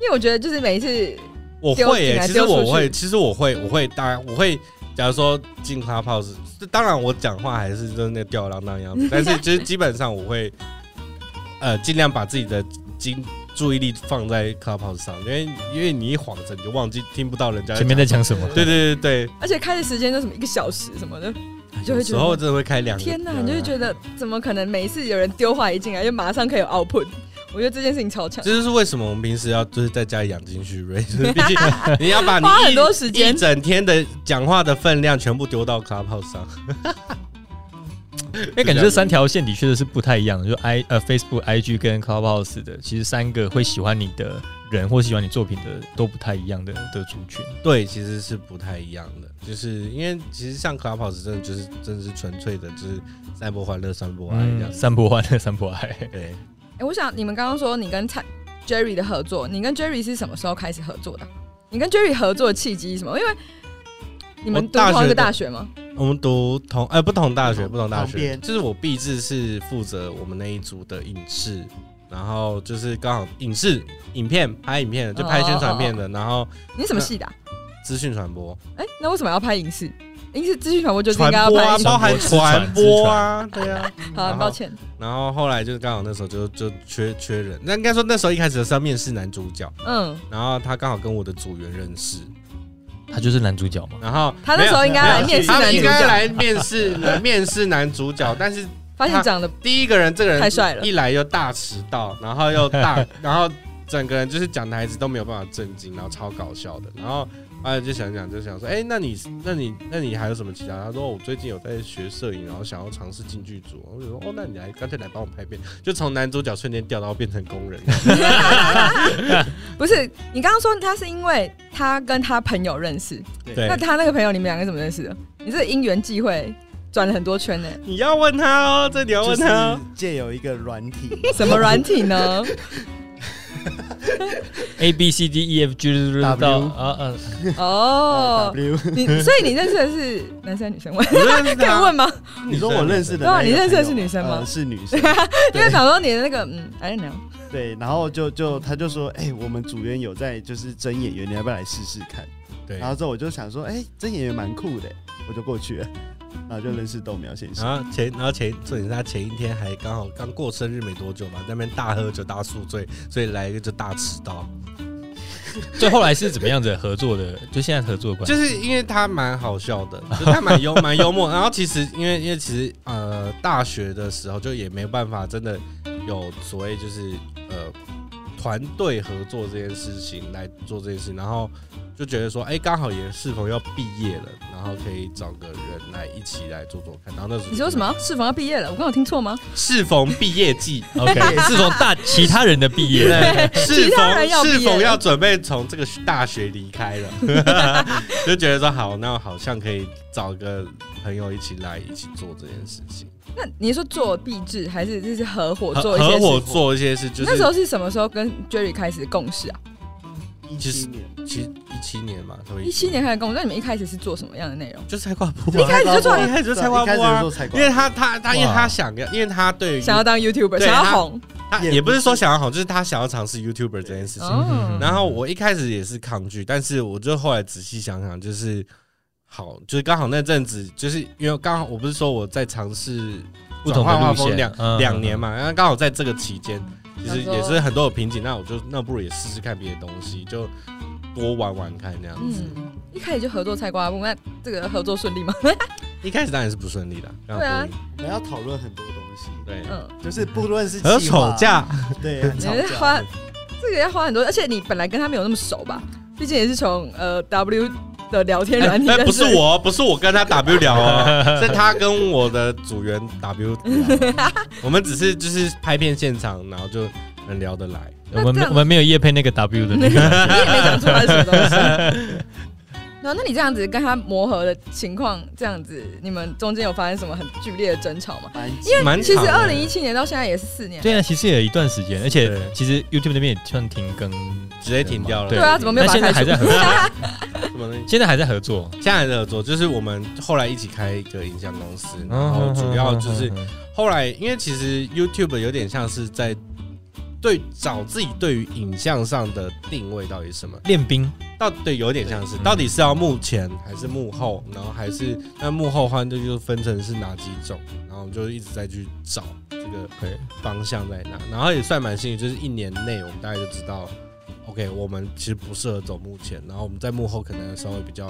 A: 因为我觉得就是每一次，
C: 我会耶、
A: 丢进来
C: 其实
A: 丢出
C: 我
A: 去
C: 会，其实我会，我会，当然我会。假如说进 Clubhouse，当然我讲话还是就是那吊儿郎当的样子，但是就是基本上我会，呃，尽量把自己的精注意力放在 Clubhouse 上，因为因为你一晃神你就忘记听不到人家
B: 前面
C: 的，
B: 在讲什么？
C: 对对对对，
A: 而且开的时间就什么一个小时什么的，
C: 啊
A: 你就
C: 有
A: 会觉
C: 时候
A: 得
C: 真的会开两个。啊
A: 天哪，你就会
C: 得。
A: 觉得怎么可能每一次有人丢话一进来就马上可以有 output？我觉得这件事情 超强，
C: 这就是为什么我们平时要就是在家里养精蓄 锐， 就是毕竟你要把你
A: 花很
C: 一
A: 多时间
C: 一整天的讲话的分量全部丢到 Clubhouse 上。
B: 因
A: 哎
B: 为感觉这三条线的确是不太一样的，就 I 呃 Facebook、IG 跟 Clubhouse 的，其实三个会喜欢你的人或喜欢你作品的都不太一样的的族群。
C: 对，其实是不太一样的，就是因为其实像 Clubhouse 真的就是真的是纯粹的，就是散播欢乐、散播爱这样
B: 嗯，
C: 子。
B: 散播欢乐，散播 爱。
C: 对，
A: 哎、我想你们刚刚说你跟蔡 Jerry 的合作，你跟 Jerry 是什么时候开始合作的？啊你跟 Jerry 合作的契机是什么？因为你们
C: 我
A: 读
C: 大
A: 同一
C: 学
A: 个
C: 的
A: 大学吗？
C: 我们读同呃不同大学，
D: 同
C: 不同大
D: 同
C: 学，
D: 编
C: 就是我毕制是负责我们那一组的影视，然后就是刚好影视影片拍影片的，就
A: 哦
C: 拍宣传片的，然后
A: 你什么系的啊、
C: 资讯传播。
A: 哎、那为什么要拍影视？影视资讯传播就是应该要
C: 嗯播
A: 拍
C: 啊，
A: 影视。
C: 包含传
B: 传
C: 播
B: 播
C: 啊，对啊。
A: 好，抱歉，
C: 然后后来就是刚好那时候就就缺缺人，那应该说那时候一开始是要面试男主角，
A: 嗯，
C: 然后他刚好跟我的组员认识，
B: 他就是男主角嘛，
C: 然后
A: 他那时候应该来面试
C: 没有
A: 男
C: 他
A: 主
C: 应该
A: 角，
C: 来面试来面试男主角，但是
A: 发现长得
C: 第一个人这个人
A: 太帅了
C: 一来又大迟到，然后 又大，然后整个人就是讲台词都没有办法正经，然后超搞笑的，然后。啊，就想想就想说，哎、那你那你那你还有什么其他？他说哦我最近有在学摄影，然后想要尝试进剧组。我就说哦，那你来干脆来帮我拍片，就从男主角瞬间掉到变成工人。
A: 不是你刚刚说他是因为他跟他朋友认识，
C: 对
A: 那，他那个朋友你们两个怎么认识的？你这因缘际会转了很多圈 呢、
C: 你要问他哦，这你要
D: 就
C: 问
D: 是
C: 他、哦。
D: 借由一个软体，
A: 什么软体 呢？
B: A B C D E F G 到
D: W
B: 啊啊，
A: 哦，
D: W，
A: 你所以你认识的是男生还是女生？我
C: 我认识
A: 可以
C: 他
A: 问吗？
D: 你说我认识的
A: 对啊
D: 那个
A: 你认识的
D: 朋
A: 是
D: 友
A: 女生吗
D: 呃是女生，
A: 因为想说你的那个嗯，I don't know，
D: 对，然后就就他就说，哎，我们组员有在就是争演员，你要不要来试试看？
B: 对
D: 然后之后我就想说，哎、这演员蛮酷的，我就过去了，然后就认识豆苗先生。
C: 然后前，然后前，重点是他前一天还刚好刚过生日没多久嘛，在那边大喝酒、大宿醉，所以来一个就大迟到。
B: 最后来是怎么样子合作的？ 就现在合作的关系，
C: 就是因为他蛮好笑的， 就他蛮幽蛮幽默。然后其实因为因为其实呃大学的时候就也没办法真的有所谓就是呃团队合作这件事情来做这件事，然后就觉得说哎刚、好也是否要毕业了，然后可以找个人来一起来做做看。然后那时候
A: 你说什么？是否要毕业了？我刚有听错吗？
C: 适逢毕业季。
B: OK，是 从大其他人的毕业，
C: 对， 是
A: 其他人要
C: 否
A: 毕业
C: 是
A: 了
C: 否要准备从这个大学离开了？ 就觉得说好，那我好像可以找个朋友一起来一起做这件事情，
A: 那啊你说做壁纸还是就是合伙
C: 合
A: 做一些
C: 合
A: 事？
C: 伙做一些事，就
A: 那时
C: 是
A: 候是什么时候跟 Jerry 开始共事啊？
D: 一
C: 其实
D: 七年，
C: 其实一七年嘛，他们
A: 一七年开始共事，那你们一开始是做什么样的内容？
C: 就菜瓜布
A: 一
C: 啊，
A: 开始就做，
C: 一开始就菜瓜
D: 一开
C: 布
D: 始就
C: 啊
D: 做菜瓜
C: 因
D: 布
C: 为他他他因为
B: 哇
C: 他想要，因为他对于
A: 想要当 YouTuber，
C: 对
A: 想要
C: 他
A: 红
C: 他
D: 也
C: 也不
D: 不
C: 是
D: 是
C: 说想要好，就是他想要尝试 YouTuber 这件事情。
A: 哦。
C: 然后我一开始也是抗拒，但是我就后来仔细想想，就是好，就是刚好那阵子，就是因为刚好我不是说我在尝试
B: 不同的
C: 转换画
B: 路
C: 风
B: 线
C: 两
B: 嗯
C: 两年嘛，然后刚好在这个期间，其实
A: 想说
C: 也是很多有瓶颈，那我就那不如也试试看别的东西，就多玩玩看这样子。
A: 嗯，一开始就合作菜瓜布，那这个合作顺利吗？
C: 一开始当然是不顺利的，
A: 对啊
D: 我们要讨论很多东西，
C: 对，
A: 嗯，
D: 就是不论是
C: 还有
D: 计划
C: 吵，架，
D: 对，很
A: 你
D: 吵
A: 是
D: 架
A: 花， 这个要花很多，而且你本来跟他没有那么熟吧？毕竟也是从呃 W 的聊天 软体
C: 哎哎
A: 认识，
C: 不是我哦，不是我跟他 W 聊哦，是他跟我的组员 W 聊。我们只是就是拍片现场，然后就能聊得来。
A: 那
B: 我
A: 这
B: 们
A: 样
B: 我们没有叶配那个 W 的那
A: 你也
B: 个，
A: 没讲出来什么东西。 然后，那你这样子跟他磨合的情况，这样子，你们中间有发生什么很剧烈的争吵吗？
D: 蛮
C: 蛮
A: 其
C: 长
A: 实
C: 的
A: 二零一七年到现在也是四年，
B: 对啊，其实也有一段时间，而且
C: 对
B: 其实 YouTube 那边也算停更，
C: 直接停掉了。
B: 对
A: 对啊，怎么没有
B: 那
A: 把
B: 现
A: 他
B: 在还
A: 开除
B: 在？合作，
C: 什么呢？
B: 现在还在合作，
C: 现在的合作就是我们后来一起开一个影像公司，然后主要就是
B: 嗯
C: 后来，因为其实 YouTube 有点像是在对找自己对于影像上的定位到底是什么。
B: 练兵，
C: 到对有点像是，
B: 嗯
C: 到底是要幕前还是幕后，然后还是那幕后的话，那就分成是哪几种，然后我们就一直在去找这个
B: 对
C: 方向在哪，然后也算蛮幸运，就是一年内我们大概就知道，OK，我们其实不适合走幕前，然后我们在幕后可能稍微比较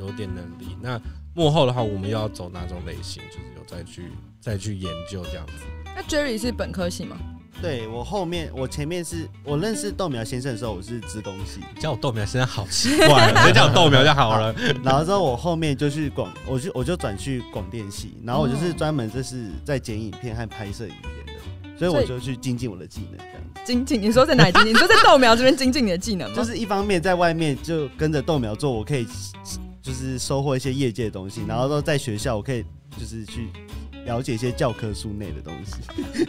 C: 有点能力，那幕后的话，我们又要走哪种类型，就是有再去再去研究这样子。
A: 那 Jerry 是本科系吗？
D: 对我后面，我前面是我认识豆苗先生的时候，我是职工系，
C: 叫我豆苗现在好奇怪，直接叫我豆苗就好了。
D: 然后之后我后面就去广，我就我就转去广电系，然后我就是专门就是在剪影片和拍摄影片的，所以我就去精进我的技能，这样子。
A: 精进，你说在哪里精进？你说在豆苗这边精进你的技能吗？
D: 就是一方面在外面就跟着豆苗做，我可以就是收获一些业界的东西，
A: 嗯
D: 然后都在学校我可以就是去了解一些教科书内的东西。
C: 你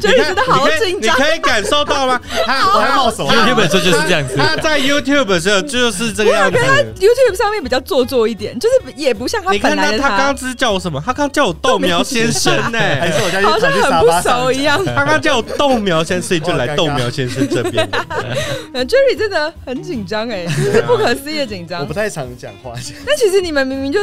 A: Jerry
C: 看
A: 真的好紧张
C: 你，可以感受 到吗？他
D: 我还冒手
B: ，YouTube 的时候就是这样子，
C: 他在 YouTube 的时候就是这个样子。
A: YouTube 上面比较做作一点，就是也不像他
C: 你看
A: 本
C: 他
A: 来，的
C: 他刚刚是叫我什么？他刚叫我豆苗先生呢、
D: 还是我家去
A: 好
D: 躺
A: 像
D: 去
A: 很
D: 沙
A: 不
D: 发上
A: 熟一样。
C: 他刚叫我豆苗先生，就来豆苗先生这边。
A: 呃 Jerry 真的很紧张 哎，就是不可思议的紧
D: 我
A: 张
D: 不。太常讲话，
A: 但其实你们明明就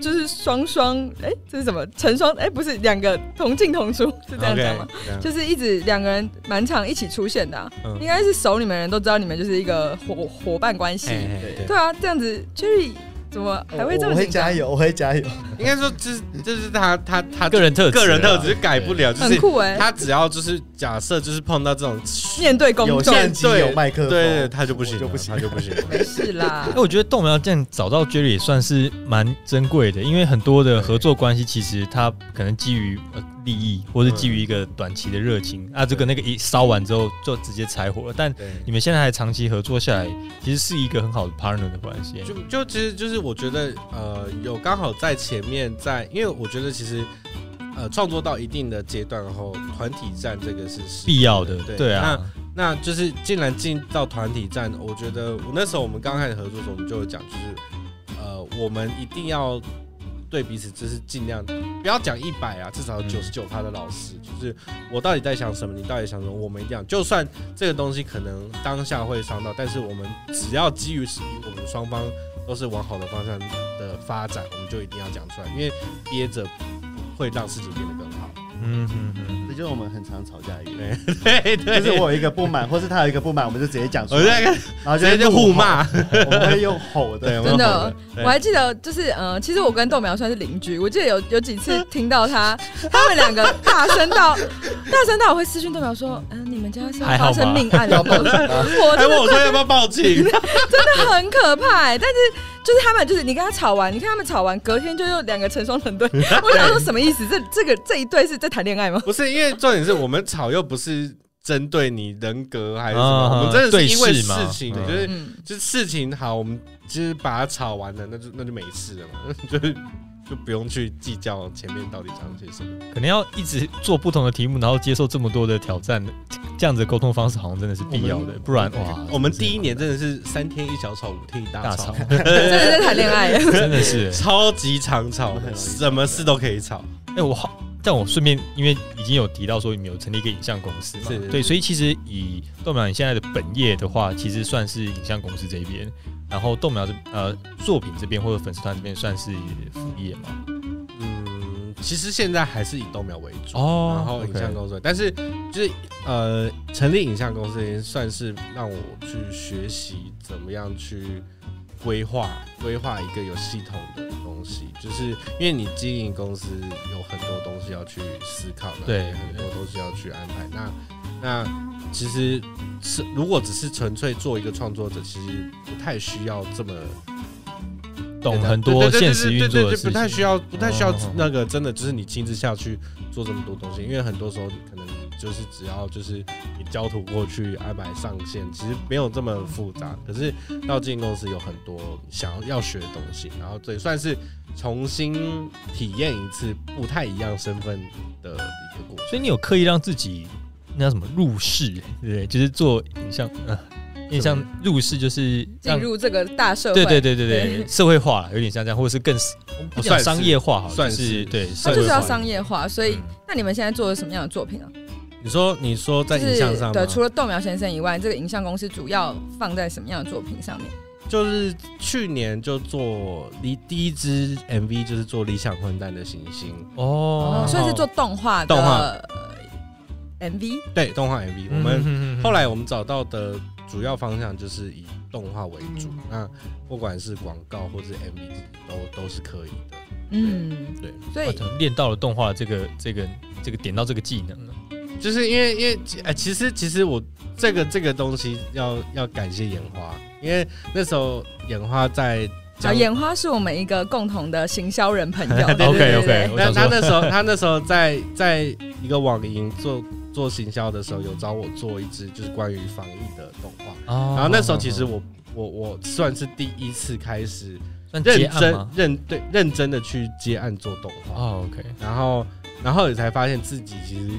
A: 就是双双哎，这是什么成双哎，不是两个同进同出是这样讲
C: OK，
A: 吗？就是一直两个人蛮常一起出现的啊
C: 嗯，
A: 应该是熟你们的人都知道你们就是一个伙伙伴关系。
B: 哎
C: 对，
A: 对啊，这样子 Jerry 怎么还会这
D: 我
A: 么
D: 会
A: 紧张
D: 加？油，我会加油。
C: 应该说就是就是他他他
B: 个人特质啊
C: 个人特质是改不了，就
A: 很
C: 是
A: 酷哎，
C: 他只要就是假设就是碰到这种，
A: 面对公
D: 有
A: 众
D: 相机，有麦克
C: 对
D: 风，
C: 对，他就不
D: 我
C: 行了，
D: 就不行
C: 他就不行了。
A: 没事啦
B: 哎，。我觉得豆苗这样找到 Jerry 也算是蛮珍贵的，因为很多的合作关系其实它可能基于呃利益，或是基于一个短期的热情啊，这个那个一烧完之后就直接柴火了。但
C: 对。
B: 你们现在还长期合作下来，其实是一个很好的 partner 的关系。
C: 就就其实就是我觉得呃，有刚好在前面在，因为我觉得其实呃，创作到一定的阶段后，团体战这个是势
B: 必要的，
C: 对
B: 对啊，
C: 那就是既然进到团体战，我觉得我那时候我们刚开始合作的时候，我们就有讲，就是呃，我们一定要对彼此就是尽量不要讲一百啊，至少九十九趴的老师，就是我到底在想什么，你到底想什么，我们一定要。就算这个东西可能当下会伤到，但是我们只要基于是我们双方都是往好的方向的发展，我们就一定要讲出来，因为憋着会让事情变得更好。
B: 嗯嗯嗯，
D: 这就是我们很常吵架的原因。
C: 对 对，
D: 就是我有一个不满，或是他有一个不满，我们就直接讲出
C: 我
D: 来，
C: 在跟
D: 然后
C: 直接就互骂，
D: 我们会用吼
C: 对，
D: 的。
C: 我们
A: 真
C: 吼
A: 的，
C: 对
A: 我还记得，就是呃，其实我跟豆苗算是邻居。我记得有有几次听到 他，他们两个大声到大声到我会私讯豆苗说：“嗯、你们家是
B: 还好
A: 发
B: 吗
A: 生命案了 吗？”我
C: 还
A: 真
C: 问
A: 的
C: 我说要不要报警？
A: 真的很可怕、欸。但是就是他们就是你跟他吵完，你看他们吵完，隔天就又两个成双成对。 我想说什么意思？这这个这一对是在谈恋爱吗？
C: 不是，因为重点是我们吵又不是针对你人格还是什么，
B: 啊
C: 我们真的是因为
B: 对事
C: 事
B: 嘛
C: 情，
B: 嗯
C: 就是
A: 嗯，
C: 就是事情好，我们就是把它吵完了，那就那就没事了嘛， 就是就不用去计较前面到底讲些什么。
B: 可能要一直做不同的题目，然后接受这么多的挑战，这样子的沟通方式好像真的是必要
C: 我
B: 的，
C: 们
B: 不然哇，
C: 我们第一年真的是三天一小吵，五天一
B: 大
C: 大
B: 吵
C: 吵，，
A: 真的在谈恋 爱。
B: 真的是。
C: 超级长吵
D: 我们很容，易
C: 什么事都可以吵。
B: 哎、我好，但我顺便，因为已经有提到说你们有成立一个影像公司嘛，
C: 是
B: 对，所以其实以豆苗你现在的本业的话，其实算是影像公司这边，然后豆苗这呃作品这边或者粉丝团这边算是副业嘛。
C: 嗯，其实现在还是以豆苗为主。
B: 哦
C: 然后影像公司，但是就是呃，成立影像公司也算是让我去学习怎么样去规划规划一个有系统的东西，就是因为你经营公司有很多东西要去思考的，
B: 对
C: 很多东西要去安排。那那其实是如果只是纯粹做一个创作者，其实不太需要这么
B: 懂很多
C: 对对对对
B: 现实运作
C: 对对
B: 的
C: 对不
B: 事
C: 太
B: 情。
C: 需要，不太需要
B: 哦哦哦
C: 那个真的就是你亲自下去做这么多东西，因为很多时候你可能就是只要就是你交图过去安排上线，其实没有这么复杂。可是到经纪公司有很多想要要学的东西，然后这也算是重新体验一次不太一样身份的一个过程。
B: 所以你有刻意让自己那叫什么入世，对不对？就是做影像，呃，影像入世就是
A: 进
B: 让
A: 入这个大社会，
B: 对对对对对，社会化有点像这样，或者是更
C: 不
B: 讲
C: 算是
B: 商业化好了，
C: 算
B: 就是对，
A: 它
B: 社
A: 就
B: 会
A: 是要
B: 化。
A: 商业化。所以，
B: 嗯
A: 那你们现在做的什么样的作品啊？
C: 你说你说在
A: 就
C: 影
A: 是
C: 像上吗
A: 对，除了豆苗先生以外，这个影像公司主要放在什么样的作品上面？
C: 就是去年就做第第一支 MV 就是做理想混蛋的行星。
B: 哦
A: 哦，，所以是做动画的
C: 动画
A: 呃 MV，
C: 对，动画 MV，、我
B: 嗯哦
C: 们
B: 们
C: 后来我们找到的主要方向就是以动画为主，
B: 嗯
C: 那不管是广告或是 MV 都都是可以的。
A: 嗯，
C: 对，
A: 所
B: 我
A: 以
B: 怎么练到了动画这个这个这个点到这个技能呢？
C: 就是因为因为哎、其实其实我这个这个东西要要感谢眼花，因为那时候眼花在
A: 小
C: 讲，
A: 眼花是我们一个共同的行销人朋
C: 啊
A: 友
B: 哦 OK，
A: 对
B: OK，我
C: 但
B: 想说
C: 他那时候他那时候在在一个网银做做行销的时候，有找我做一支就是关于防疫的动画，
B: 哦
C: 然后那时候其实我我我算是第一次开始。
B: 算接
C: 认
B: 案
C: 真
B: 吗？
C: 认对认真的去接案做动画，
B: 哦，OK，
C: 然后然后你才发现自己其实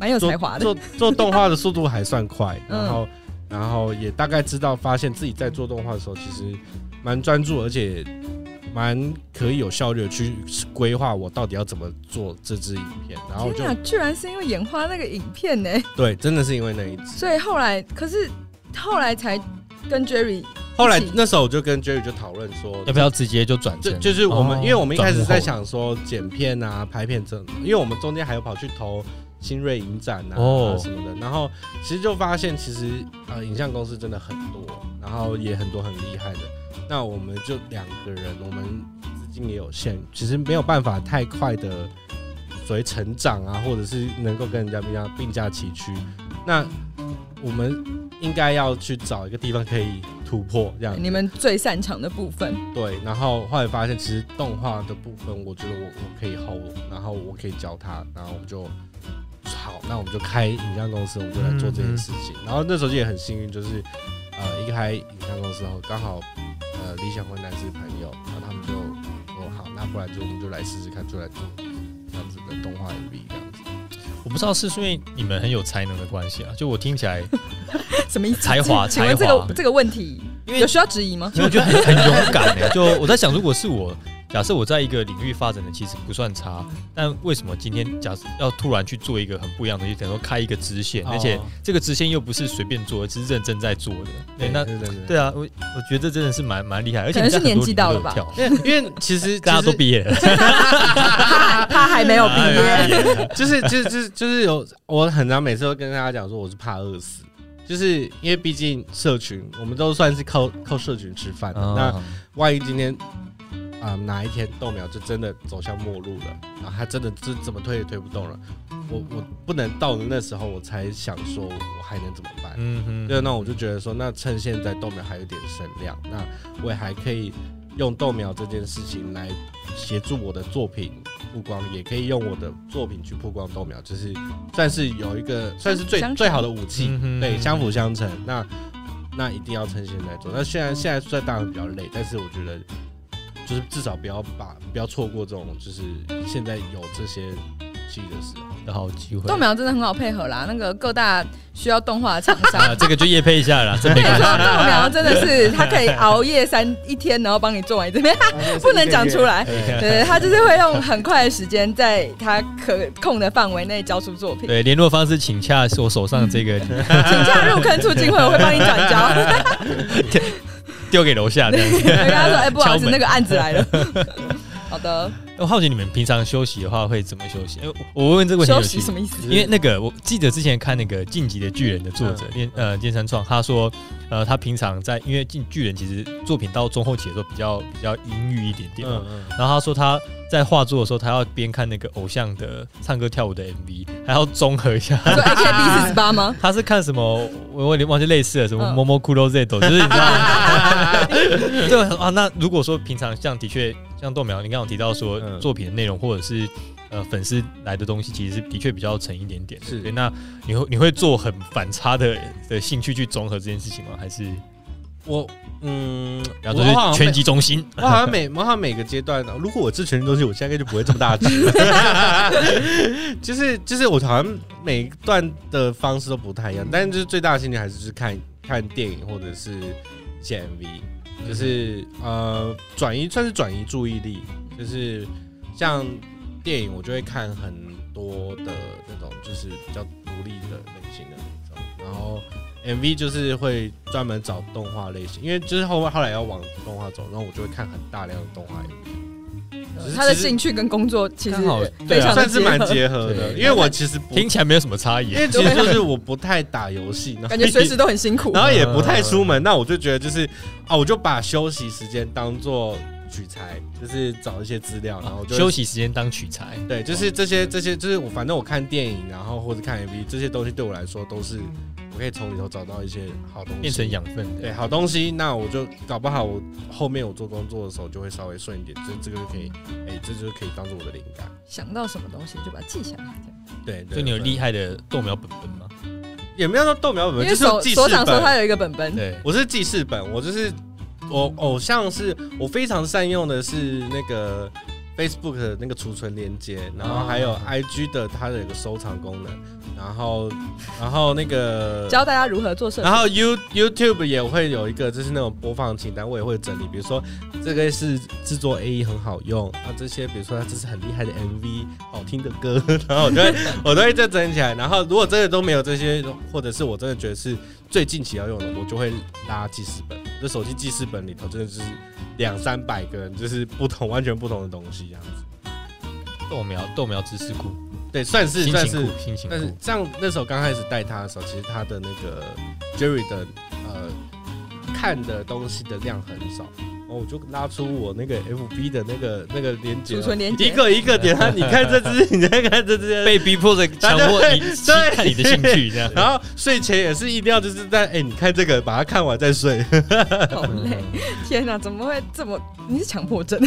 A: 蛮有
C: 做
A: 才华的。
C: 做做动画的速度还算快，
A: 嗯
C: 然后然后也大概知道发现自己在做动画的时候其实蛮专注，而且蛮可以有效率的去规划我到底要怎么做这支影片，然后我就
A: 天哪，啊居然是因为眼花那个影片呢，
C: 对，真的是因为那一支。
A: 所以后来可是后来才跟 Jerry
C: 后来
A: 一起
C: 那时候我就跟 Jerry 就讨论说，
B: 要不要直接就转
C: 就
B: 正？
C: 就是我们，
B: 哦
C: 因为我们一开始在，想说剪片啊、拍片这种，因为我们中间还有跑去投新锐影展啊、
B: 哦
C: 什么的，然后其实就发现其实呃影像公司真的很多，然后也很多很厉害的。那我们就两个人，我们资金也有限，其实没有办法太快的所谓成长啊，或者是能够跟人家并驾并驾齐驱。那我们应该要去找一个地方可以突破，这样子
A: 你们最擅长的部分，
C: 对，然后后来发现其实动画的部分，我觉得我我可以 hold，然后我可以教他，然后我们就好，那我们就开影像公司，我们就来做这件事情。然后那时候也很幸运，就是呃一开影像公司后，刚好呃理想混蛋是朋友，然后他们就说好，那不然就我们就来试试看，就来做这样子的动画 MV 这样子。
B: 我不知道是因为你们很有才能的关系啊，就我听起来，
A: 什么意思？
B: 才华
A: 请请问
B: 才
A: 这
B: 华
A: 个这个问题
B: 因为
A: 有需要质疑吗？
B: 欸其实我觉得很很勇敢的。就我在想，如果是我，假设我在一个领域发展的其实不算差，但为什么今天假设要突然去做一个很不一样的东西，等于说开一个支线，而且
C: 哦
B: 这个支线又不是随便做的，是认真在做的。对，那
C: 对对
B: 对啊，我我觉得真的是蛮蛮厉害，而且
A: 可能是
B: 人家很多
A: 年纪到
B: 领
A: 了
B: 域都有
A: 吧
B: 跳
C: 对，因为因为其实
B: 大家都
C: 比。
B: 毕业了，哎
A: 他他还没有 毕业，
B: 业，
C: 就是就是就是就是有，我很常每次都跟大家讲说我是怕饿死，就是因为毕竟社群，我们都算是靠靠社群吃饭的。 那
B: 那
C: 万一今天啊、哪一天豆苗就真的走向末路了，然后他真的是怎么推也推不动了，我我不能到了那时候我才想说我还能怎么办。
B: 嗯哼
C: 对，那我就觉得说，那趁现在豆苗还有点声量，那我也还可以用豆苗这件事情来协助我的作品曝光，也可以用我的作品去曝光豆苗，就是算是有一个算是最
A: 相成
C: 最好的武器，
B: 嗯哼
C: 对，相辅相成。那那一定要趁现在做。那虽然现在虽然当然比较累，但是我觉得就是至少不要把不要错过这种就是现在有这些武器的时候。
B: 的好机会
A: 豆。苗真的很好配合啦，那个各大需要动画的厂商。
B: 啊，这个就夜配一下了啦，这
A: 我
B: 没
A: 跟你说，
B: 关系。
A: 豆苗真的是他可以熬夜三一天，然后帮你做完一 遍， 不能讲出来。对，他就是会用很快的时间，在他可控的范围内交出作品。
B: 对，联络方式请洽我手上这个
A: 请假入坑促进会，我会帮你转交。
B: 丢给楼下这样
A: 我
B: 子。
A: 跟他 说，哎，不好意
B: 敲
A: 思，
B: 门
A: 那个案子 来了。好的，
B: 我好奇你们平常休息的话会怎么休息？哎，我我问这个问题
A: 休
B: 很有
A: 息
B: 趣
A: 什，么意思？
B: 因为那个我记得之前看那个《晋级的巨人》的作者
C: 嗯
B: 练呃剑山创，他说呃他平常在因为《进巨人》其实作品到中后期的时候比较比较阴郁一点点嘛，
C: 嗯嗯。
B: 然后他说他在画作的时候，他要边看那个偶像的唱歌跳舞的 MV，还要综合一下。
A: 说哎 AKB 四十八吗？
B: 他是看什么？我我有点忘记类似的什么《
A: 嗯
B: 摸摸骷髅 Z 斗》，就是你知 道，对啊。那如果说平常像的确像豆苗，你刚刚有提到说
C: 嗯
B: 作品的内容或者是呃粉丝来的东西，其实是的确比较沉一点点的。
C: 是
B: 对，那你会你会做很反差的的兴趣去综合这件事情吗？还是
C: 我嗯，
B: 然
C: 我
B: 后就
C: 好像
B: 是
C: 没
B: 全集中心？
C: 我好像每我好像每个阶段呢，如果我是全东西，我现在就不会这么大只。就是就是我好像每一段的方式都不太
A: 嗯
C: 一样，但是就是最大的兴趣还是就是看看电影或者是一些
A: 嗯
C: MV，就是呃转移算是转移注意力，就是像电影我就会看很多的那种就是比较独立的类型的那种，然后 MV 就是会专门找动画类型，因为就是后后来要往动画走，然后我就会看很大量的动画 MV，只是
A: 他的
C: 其实
A: 兴趣跟工作其实
B: 刚好
A: 非
B: 对啊
A: 常的
C: 算是蛮
A: 结合，
C: 结合的，
B: 对
C: 因为我其实不，
B: 听
C: 因
B: 起来没有什么差异。啊
C: 为其实就是我不太打游戏，然后
A: 感觉随时都很辛苦。
C: 然后也不太出门，那我就觉得就是啊，我就把休息时间当做取材，就是找一些资料，然后就
B: 哦啊休。息时间当取材，
C: 对，就是这些这些，就是我反正我看电影，然后或者看 MV 这些东西对我来说都是我可以从里头找到一些好东西，
B: 变成养分的。
C: 对好东西，那我就搞不好我后面我做工作的时候就会稍微顺一点，这这个就可以，哎、这就可以当做我的灵感。
A: 想到什么东西就把它记下来，这样
C: 对，对
B: 所以你有
C: 啊对
B: 厉害的豆苗本本吗？
C: 也没有说豆苗本
A: 因
C: 本，
A: 为
C: 就是
A: 所
C: 记事
A: 所长说
C: 本
A: 他有一个本本，
B: 对，
C: 我是记事本，我就是我偶像是我非常善用的是那个 Facebook 的那个储存连接，然后还有 IG 的它的有个收藏功能，然后然后那个。
A: 教大家如何做 设计
C: 然。后 You YouTube 也会有一个，就是那种播放清单，我也会整理。比如说，这个是制作 A E 很好用啊，这些比如说它这是很厉害的 MV，好听的歌， 然后我就会我都会再整起来。然后如果真的都没有这些，或者是我真的觉得是最近期要用的，我就会拉记事本。就手机记事本里头真的就是两三百个，就是不同完全不同的东西这样子。
B: 豆苗豆苗知识库，
C: 对，算是
B: 心
C: 算
B: 情
C: 是
B: 库，心情
C: 但是
B: 库。
C: 像那时候刚开始带他的时候，其实他的那个 Jerry 的呃看的东西的量很少，然后我就拉出我那个 FB 的那个那个连接
A: 储，存连
C: 一
A: 接，
C: 个一个点他，你看这只， 你再看这只，
B: 被逼 迫着强迫你期看你的兴趣，这样。
C: 然后睡前也是一定要就是在哎、你看这个，把它看完再睡。
A: 好累！
B: 嗯
A: 天哪，怎么会这么？你是强迫症？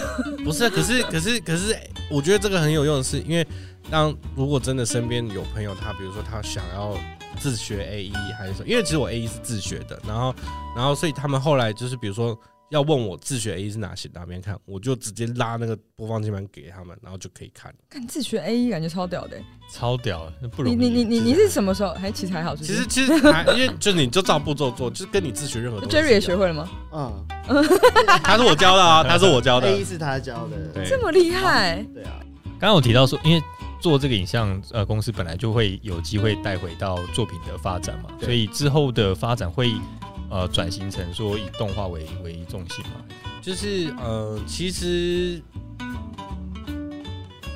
C: 不是啊，可是可是可是，我觉得这个很有用的是，因为当如果真的身边有朋友，他比如说他想要自学 A E 还是什么，因为其实我 A E 是自学的，然后然后所以他们后来就是比如说要问我自学 A E 是哪些哪边看，我就直接拉那个播放清单给他们，然后就可以看。
A: 看自学 A E 感觉超屌的欸、欸
B: 超屌，那不容
A: 你
B: 易。
A: 你你你你
B: 就是
A: 什么时候？还其实还好，是不
C: E 其
A: 是
C: 实其实还因为就是你就照步骤做，就是跟你自学任何东西。
A: Jerry 也学，会了吗？
D: 嗯
C: 他是我教的啊，他是我教的。
D: ，A 是他教的，
C: 对
A: 这么厉害，
D: 对啊，
B: 刚刚有提到说，因为做这个影像呃公司本来就会有机会带回到作品的发展嘛，
C: 对
B: 所以之后的发展会呃转型成说以动画为为重心嘛。
C: 就是呃，其实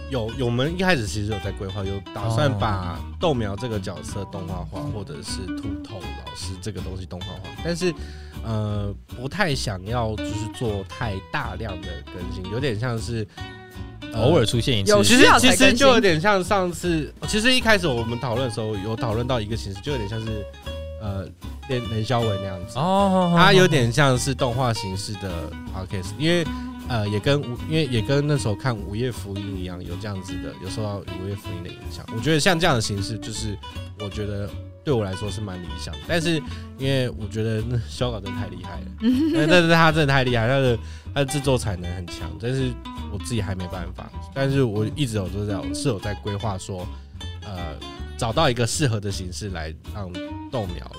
C: 有有我们一开始其实有在规划，有打算
B: 哦
C: 把豆苗这个角色动画化，或者是秃头老师这个东西动画化，但是呃，不太想要就是做太大量的更新，有点像是。呃
B: 偶尔出现一次，
A: 有
C: 其
A: 需
C: 实
A: 要才
C: 其
A: 更
C: 实
A: 新
C: 就有点像上次，哦其实一开始我们讨论的时候有讨论到一个形式，就有点像是呃连连肖伟那样子，
B: 哦，
C: 它有点像是动画形式的 podcast，因为呃也跟午因为也跟那时候看《午夜福音》一样，有这样子的，有受到《午夜福音》的影响。我觉得像这样的形式，就是我觉得对我来说是蛮理想的，但是因为我觉得那肖稿真的太厉害了，但但是他真的太厉害，他的他的制作才能很强，但是我自己还没办法。但是我一直有都在是有在规划说，呃，找到一个适合的形式来让豆苗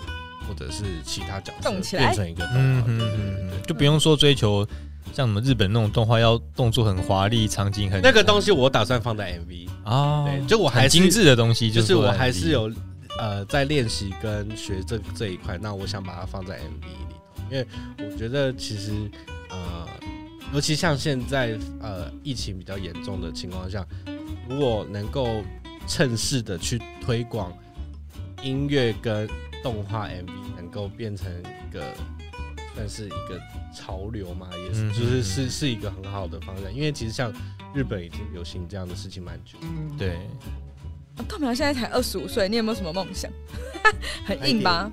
C: 或者是其他角色
A: 动起来
C: 变成一个动
B: 嗯
C: 画。
B: 嗯
C: 对
B: 嗯
C: 对对对
B: 嗯，就不用说追求像什么日本那种动画要动作很华丽，场景很
C: 那个东西我打算放在 MV，
B: 啊，
A: 哦
C: 对，就我
B: 很
C: 还
B: 精
C: 是
B: 致的东西，
C: 就是
B: 做
C: 我
B: 在
C: 还
B: MV
C: 是有呃在练习跟学这这一块，那我想把它放在 MV 里头，因为我觉得其实呃，尤其像现在呃疫情比较严重的情况下，如果能够趁势的去推广音乐跟动画 MV，能够变成一个算是一个潮流嘛，也是
B: 嗯
C: 就是是是一个很好的方向，因为其实像日本已经流行这样的事情蛮久了。
B: 对，
A: 啊豆苗现在才二十五岁，你有没有什么梦想？ 很硬吧？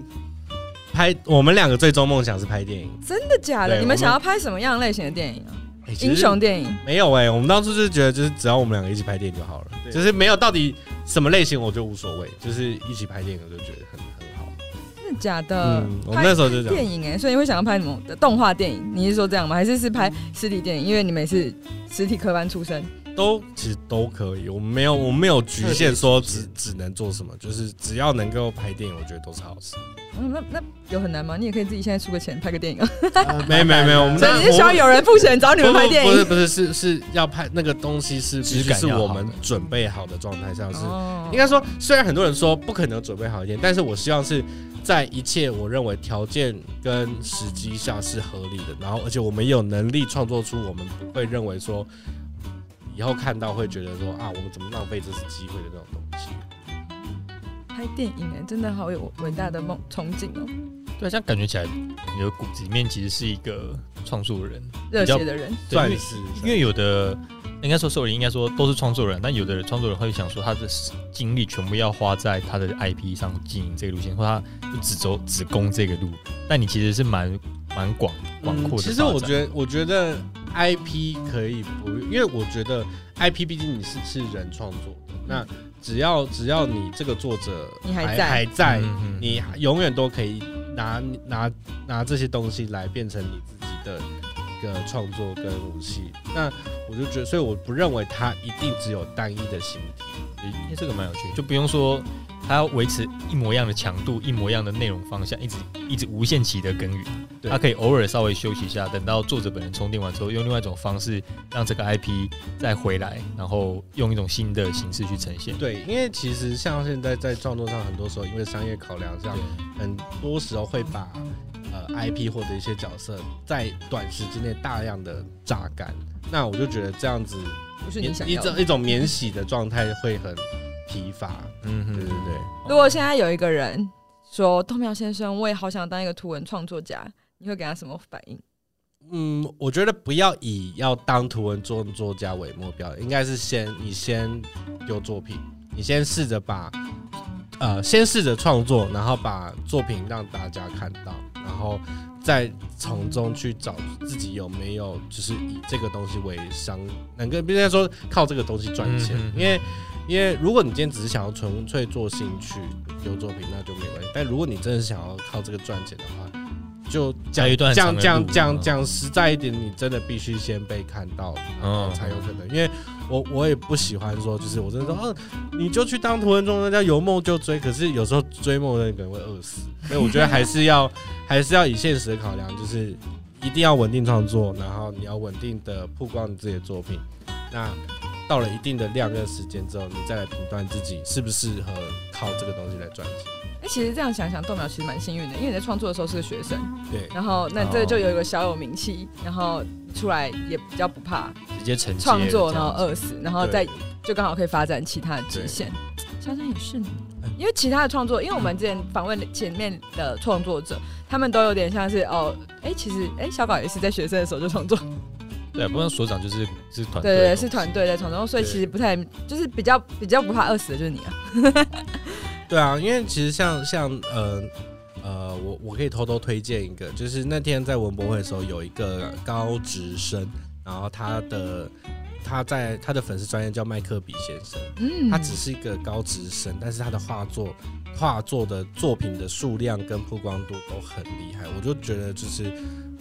C: 拍我们两个最终梦想是拍电影，
A: 真的假的？
C: 对
A: 你们
C: 我们
A: 想要拍什么样类型的电影啊？
C: 欸其实
A: 英雄电影？
C: 没有哎、我们当初就是觉得就是只要我们两个一起拍电影就好了，
D: 对
C: 就是没有到底什么类型我就无所谓，就是一起拍电影我就觉得很很好。
A: 真的假的？
C: 嗯我
A: 呃拍
C: 们那时候就这
A: 电
C: 样，
A: 影哎、所以你会想要拍什么动画电影？你是说这样吗？还是是拍实体电影？因为你们也是实体科班出身，
C: 都其实都可以，我们没有我们没有局限说只只能做什么，就是只要能够拍电影，我觉得都是好事。
A: 嗯、那那有很难吗？你也可以自己现在出个钱拍个电影 啊。
D: 呃
C: 没没没有我们
A: 所
C: 在
A: 以你是希望有人付钱找你们拍电
C: 不不不是
A: 影？
C: 不是是是要拍那个东西是必
B: 质
C: 须
B: 感
C: 是
B: 要好
C: 我们
B: 的
C: 准备好的状态下是
A: 哦
C: 应该说，虽然很多人说不可能准备好一点，但是我希望是在一切我认为条件跟时机下是合理的，然后而且我们也有能力创作出我们不会认为说以后看到会觉得说啊，我们怎么浪费这次机会的那种东西。
A: 拍电影哎、真的好有伟大的梦憧憬哦、
B: 对，啊这样感觉起来，你的骨子里面其实是一个创作人，
A: 热
B: 较
A: 血的人，
B: 对因为
C: 是啊
B: 因为有的应该说受人应该说都是创作人，但有的创作人会想说他的精力全部要花在他的 IP 上经营这个路线，或他就只走只攻这个路。但你其实是蛮蛮广广阔的发展、
C: 嗯其实我觉得，我觉得 IP 可以不，因为我觉得 IP 毕竟你是是人创作的，那只要只要你这个作者
A: 你还在
C: 还在，
B: 嗯嗯
C: 你永远都可以拿拿拿这些东西来变成你自己的一个创作跟武器。那我就觉得，所以我不认为它一定只有单一的形体。
A: 嗯
B: 诶这个蛮有趣的，就不用说他要维持一模一样的强度、一模一样的内容方向，一直一直无限期的耕耘。
C: 对
B: 他可以偶尔稍微休息一下，等到作者本人充电完之后，用另外一种方式让这个 IP 再回来，然后用一种新的形式去呈现。
C: 对，因为其实像现在在创作上，很多时候因为商业考量上，很多时候会把呃 IP 或者一些角色在短时间内大量的榨干。那我就觉得这样子
A: 不是
C: 一
A: 你想
C: 一
A: 要的。
C: 种一种免洗的状态会很疲乏。
B: 嗯哼
C: 对对对，
A: 如果现在有一个人说：“豆苗先生，我也好想当一个图文创作家。”你会给他什么反应？
C: 嗯，我觉得不要以要当图文作作家为目标，应该是先你先有作品，你先试着把呃先试着创作，然后把作品让大家看到，然后再从中去找自己有没有就是以这个东西为商，能跟别人说靠这个东西赚钱，
B: 嗯嗯嗯
C: 因为。因为如果你今天只是想要纯粹做兴趣有作品，那就没关系。但如果你真的是想要靠这个赚钱的话，就
B: 还有一段
C: 讲
B: 很长
C: 讲
B: 的
C: 讲
B: 路
C: 讲
B: 嗯
C: 讲实在一点，你真的必须先被看到，然后
B: 嗯
C: 才有可能。因为我我也不喜欢说，就是我真的说，哦、你就去当图文中人家有梦就追，可是有时候追梦的人可能会饿死，所以我觉得还是要 还是要以现实的考量，就是一定要稳定创作，然后你要稳定的呃曝光你自己的作品。那到了一定的量跟时间之后，你再来评断自己适不适合靠这个东西来赚钱。
A: 哎，其实这样想想，豆苗其实蛮幸运的，因为你在创作的时候是个学生，
C: 对，
A: 然后
C: 哦
A: 那你这个就有一个小有名气，然后出来也比较不怕
B: 直接承接
A: 创作，
B: 这
A: 然
B: 样
A: 后
B: 子
A: 饿死，然后
C: 对
A: 再就刚好可以发展其他的极限。想想也是呢，因为其他的创作，因为我们之前访问前面的创作者，他们都有点像是哦，哎、其实哎、小宝也是在学生的时候就创作，
B: 对，啊不然所长就是是
A: 对
B: 团队哦
A: 对
B: 的
A: 对，
B: 东
A: 是
B: 西
A: 团队在创作，所以
C: 对
A: 其实不太就是比较比较不怕饿死的就是你啊，
C: 对啊，因为其实像像呃呃，我我可以偷偷推荐一个，就是那天在文博会的时候，有一个高职生，然后他的他在他的粉丝专业叫麦克比先生，
A: 嗯，
C: 他只是一个高职生，但是他的画作画作的作品的数量跟曝光度都很厉害，我就觉得就是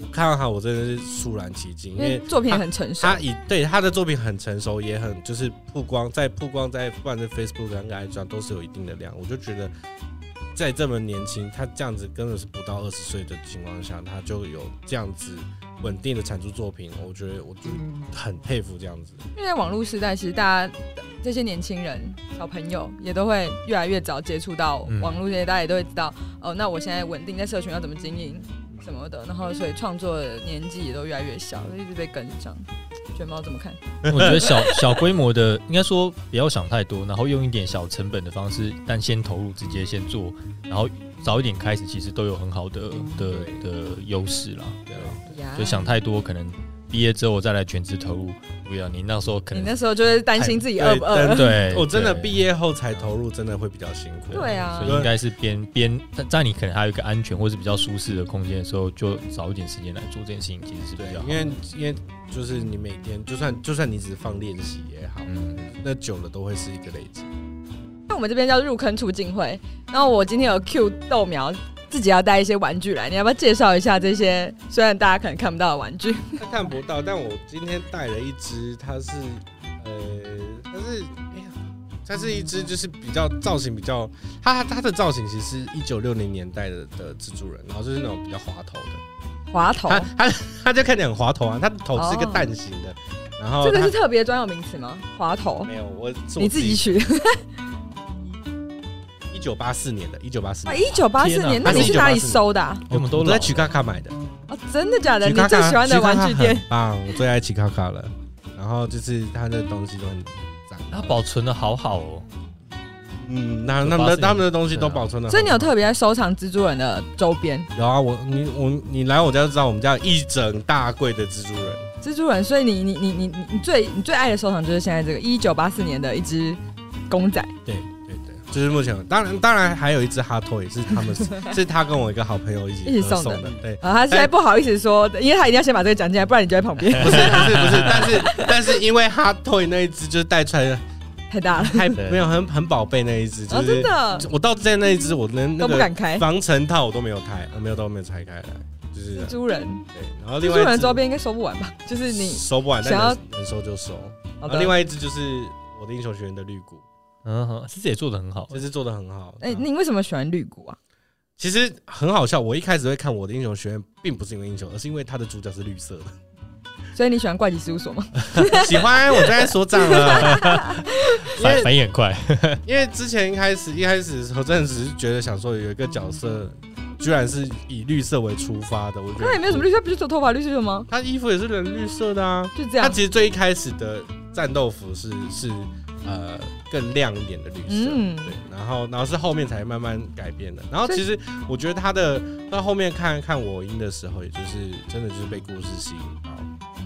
C: 我看到他，我真的是肃然起敬，因
A: 因
C: 为
A: 为作品也很成熟，
C: 他以对他的作品很成熟，也很就是曝光在曝光在不管是 Facebook 跟 IG 上都是有一定的量，我就觉得在这么年轻，他这样子根本是不到二十岁的情况下，他就有这样子稳定的产出作品，我觉得我就很佩服这样子。
A: 因为在网络时代，其实大家这些年轻人、小朋友也都会越来越早接触到
B: 嗯
A: 网络这些，大家也都会知道哦。那我现在稳定在社群要怎么经营什么的，然后所以创作的年纪也都越来越小，就一直被跟上。卷毛怎么看？
B: 我觉得小小规模的，应该说不要想太多，然后用一点小成本的方式，但先投入，直接先做，然后早一点开始，其实都有很好的的的优势啦。对啊，就想太多，可能毕业之后我再来全职投入，不要你那时候可
A: 你
B: 能
A: 那时候就是担心自己嗯饿不
C: 对
A: 饿
C: 但？
B: 对，
C: 我、哦真的
B: 对
C: 毕业呃后才投入，真的会比较辛苦。
A: 对啊
B: 所以应该是边边但在你可能还有一个安全或是比较舒适的空间的时候，就找一点时间来做这件事情，其实是比
C: 对
B: 较好，
C: 因。为因为就是你每天就算就算你只放练习也好，
B: 嗯，
C: 那久了都会是一个累积。
A: 那我们这边叫入坑促进会。然后我今天有 Q 豆苗。自己要带一些玩具来，你要不要介绍一下这些？虽然大家可能看不到的玩具，
C: 他看不到，但我今天带了一只，它是呃，它是哎呀，它是一只就是比较造型比较，它它的造型其实是一九六零年代的的蜘蛛人，然后就是那种比较滑头的，
A: 滑头，
C: 它它它就看起来很滑头啊，它的头是一个蛋形的，然
B: 哦
C: 后
A: 这个
C: 它
A: 是特别专有名词吗？滑头，
C: 没有我是
A: 你自己取
C: 一九八四年的，一九八四
A: 啊！
C: 年。
A: 一九八四
B: 天
A: 年，
B: 哪
A: 那你去哪里搜的、啊？
B: 我们都
C: 我在
B: 老
C: 曲卡卡买的，
A: 哦，真的假的？
C: 曲
A: 你
C: 卡
A: 最
C: 卡
A: 喜欢的玩具
C: 曲
A: 店？
C: 卡卡很棒，我最爱曲啊卡卡了。然后就是它的东西都很赞，
B: 它啊保存的好好哦。
C: 嗯，那那那
B: 1984
C: 他们的东西都
B: 对啊
C: 保存的，
A: 所以你有特别在收藏蜘蛛人的周边，
C: 有啊，我你我你来我家就知道，我们家有一整大柜的蜘蛛人，
A: 蜘蛛人，所以你你你你你你最你最爱的收藏就是现在这个一九八四年的一只公仔，
C: 对对对，就是目前有，当然当然还有一只哈托也是 他们是他跟我一个好朋友一
A: 一起
C: 起
A: 送
C: 合
A: 的
C: 送的，对，
A: 啊，他现在不好意思说，因为他一定要先把这个讲进来，不然你就在旁边
C: 哎不是不是不是，但是但是因为哈托那一只就是带出来
A: 太大了，
C: 太
B: 对
C: 没有很很宝贝那一只，
A: 啊，
C: 就
A: 真
C: 是
A: 的
C: 我到之前那一只我连那
A: 都不
C: 个
A: 敢开
C: 防尘套我都没有拆，我没有都没有拆开来，就是
A: 蜘蛛人，
C: 对，然后
A: 蜘
C: 另
A: 蛛
C: 外
A: 人的
C: 一
A: 周
C: 只
A: 边应该收不完吧？ 就是你
C: 收不完，但
A: 想要哦啊
C: 能能收就收，
A: 好
C: 然
A: 的
C: 啊后另，外一只就是我的英雄学院的绿谷，
B: 嗯哼，其实也做的很好
C: 这。只做的很好，
A: 哦哎、你为什么喜欢绿谷啊？
C: 其实很好笑，我一开始会看我的英雄学院，并不是因为英雄，而是因为它的主角是绿色 的。
A: 所以你喜欢怪奇事务所吗？
C: 喜欢，我正在说账了。因
B: 反
C: 为
B: 反应很快，
C: 因为之前一开始一开始的时候，真的只是觉得想说有一个角色，居然是以绿色为出发的，我觉得
A: 那也没有什么绿色，不就走头发绿色吗？
C: 他衣服也是冷绿色的啊。
A: 就这
C: 他
A: 样。
C: 其实最一开始的战斗服是是呃更亮一点的绿色，
A: 嗯
C: 对，然后然后是后面才慢慢改变的。然后其实我觉得他的到后面看看我音的时候，也就是真的就是被故事吸引到。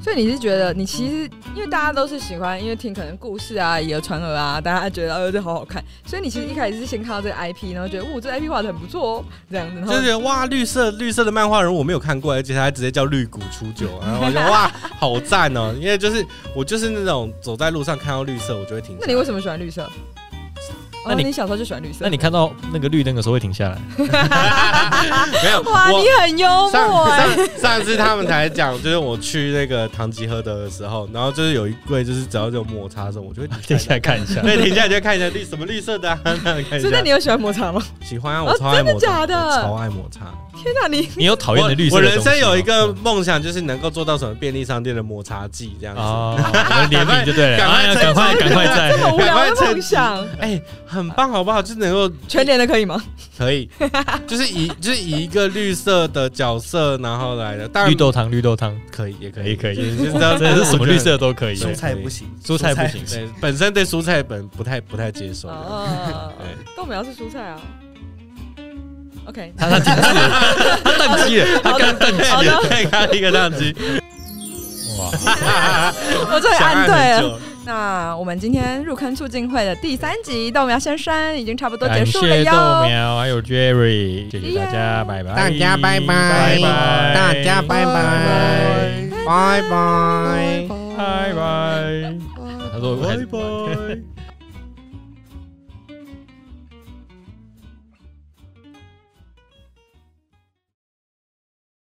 A: 所以你是觉得你其实因为大家都是喜欢，因为听可能故事啊、以讹传讹啊，大家觉得呃这好好看，所以你其实一开始是先看到这个 IP，然后觉得哦哇这 IP 画的很不错哦，这样子，然后
C: 就是觉得
B: 嗯
C: 哇，绿色绿色的漫画人物我没有看过，而且他还直接叫绿谷出久，然后我就哇，好赞哦！因为就是我就是那种走在路上看到绿色，我就会停下
A: 那
C: 来。
A: 你为什么喜欢绿色？
B: 那
A: 哦，
B: 你
A: 你小时候就喜欢绿色？
B: 那你看到那个绿灯的时候会停下来，
C: 没有
A: 哇，
C: 我
A: 你很幽
C: 上
A: 默哎、
C: 上上次他们才讲，就是我去那个唐吉诃德的时候，然后就是有一柜，就是只要有摩擦声，我就会停
B: 啊停
C: 下
B: 下来看一下
C: 来。。对，停下来就看一下绿什么绿色的、啊， 那看一
A: 所以那
C: 下
A: 你。有喜欢抹茶吗？
C: 喜欢啊，
A: 哦
C: 我超爱
A: 真
C: 摩擦，
A: 的假的
C: 我超爱摩擦。
A: 天哪、你
B: 你有讨厌的绿色
C: 我我
B: 的
C: 人
B: 东西吗
C: 生有一个梦想，就是能够做到什么便利商店的摩擦剂这样子。
B: 哦，我们联名就对了，
C: 赶快
B: 哎呀，赶快赶快
A: 这
B: 在
A: 很无聊
C: 赶快
A: 的
C: 趁
A: 梦 想，
C: 哎、很棒，好不好？就是能够
A: 全年的可以吗？
C: 可以，就是以就是以一个绿色的角色，然后来的。当然
B: 绿豆汤，绿豆汤
C: 可以，也可
B: 可以
C: 以，
B: 可以，
C: 就是
B: 真的是什么绿色都可以，
D: 蔬菜不行，
B: 蔬菜不行，
C: 对，本身对蔬菜本不太不太接受。
A: 哦
C: 对，
A: 豆苗是蔬菜啊。OK，
B: 他他停滞了， 他宕机了，他刚宕
A: 好
B: 机
A: 的
B: 了，
C: 对， 开了一个宕机，
B: 哇，
A: 我终于
C: 想
A: 按
C: 按
A: 对
C: 很
A: 了。
C: 久。
A: 那我们今天入坑促进会的第三集豆苗先生已经差不多结
B: 感
A: 束了
B: 谢豆
A: 哟。
B: 苗还有 Jerry，谢谢大家，
A: Yeah
B: 拜拜，
E: 大家拜拜，
B: 拜拜，
E: 大家拜拜，拜拜。
B: 拜拜。他说我还是
C: 拜拜。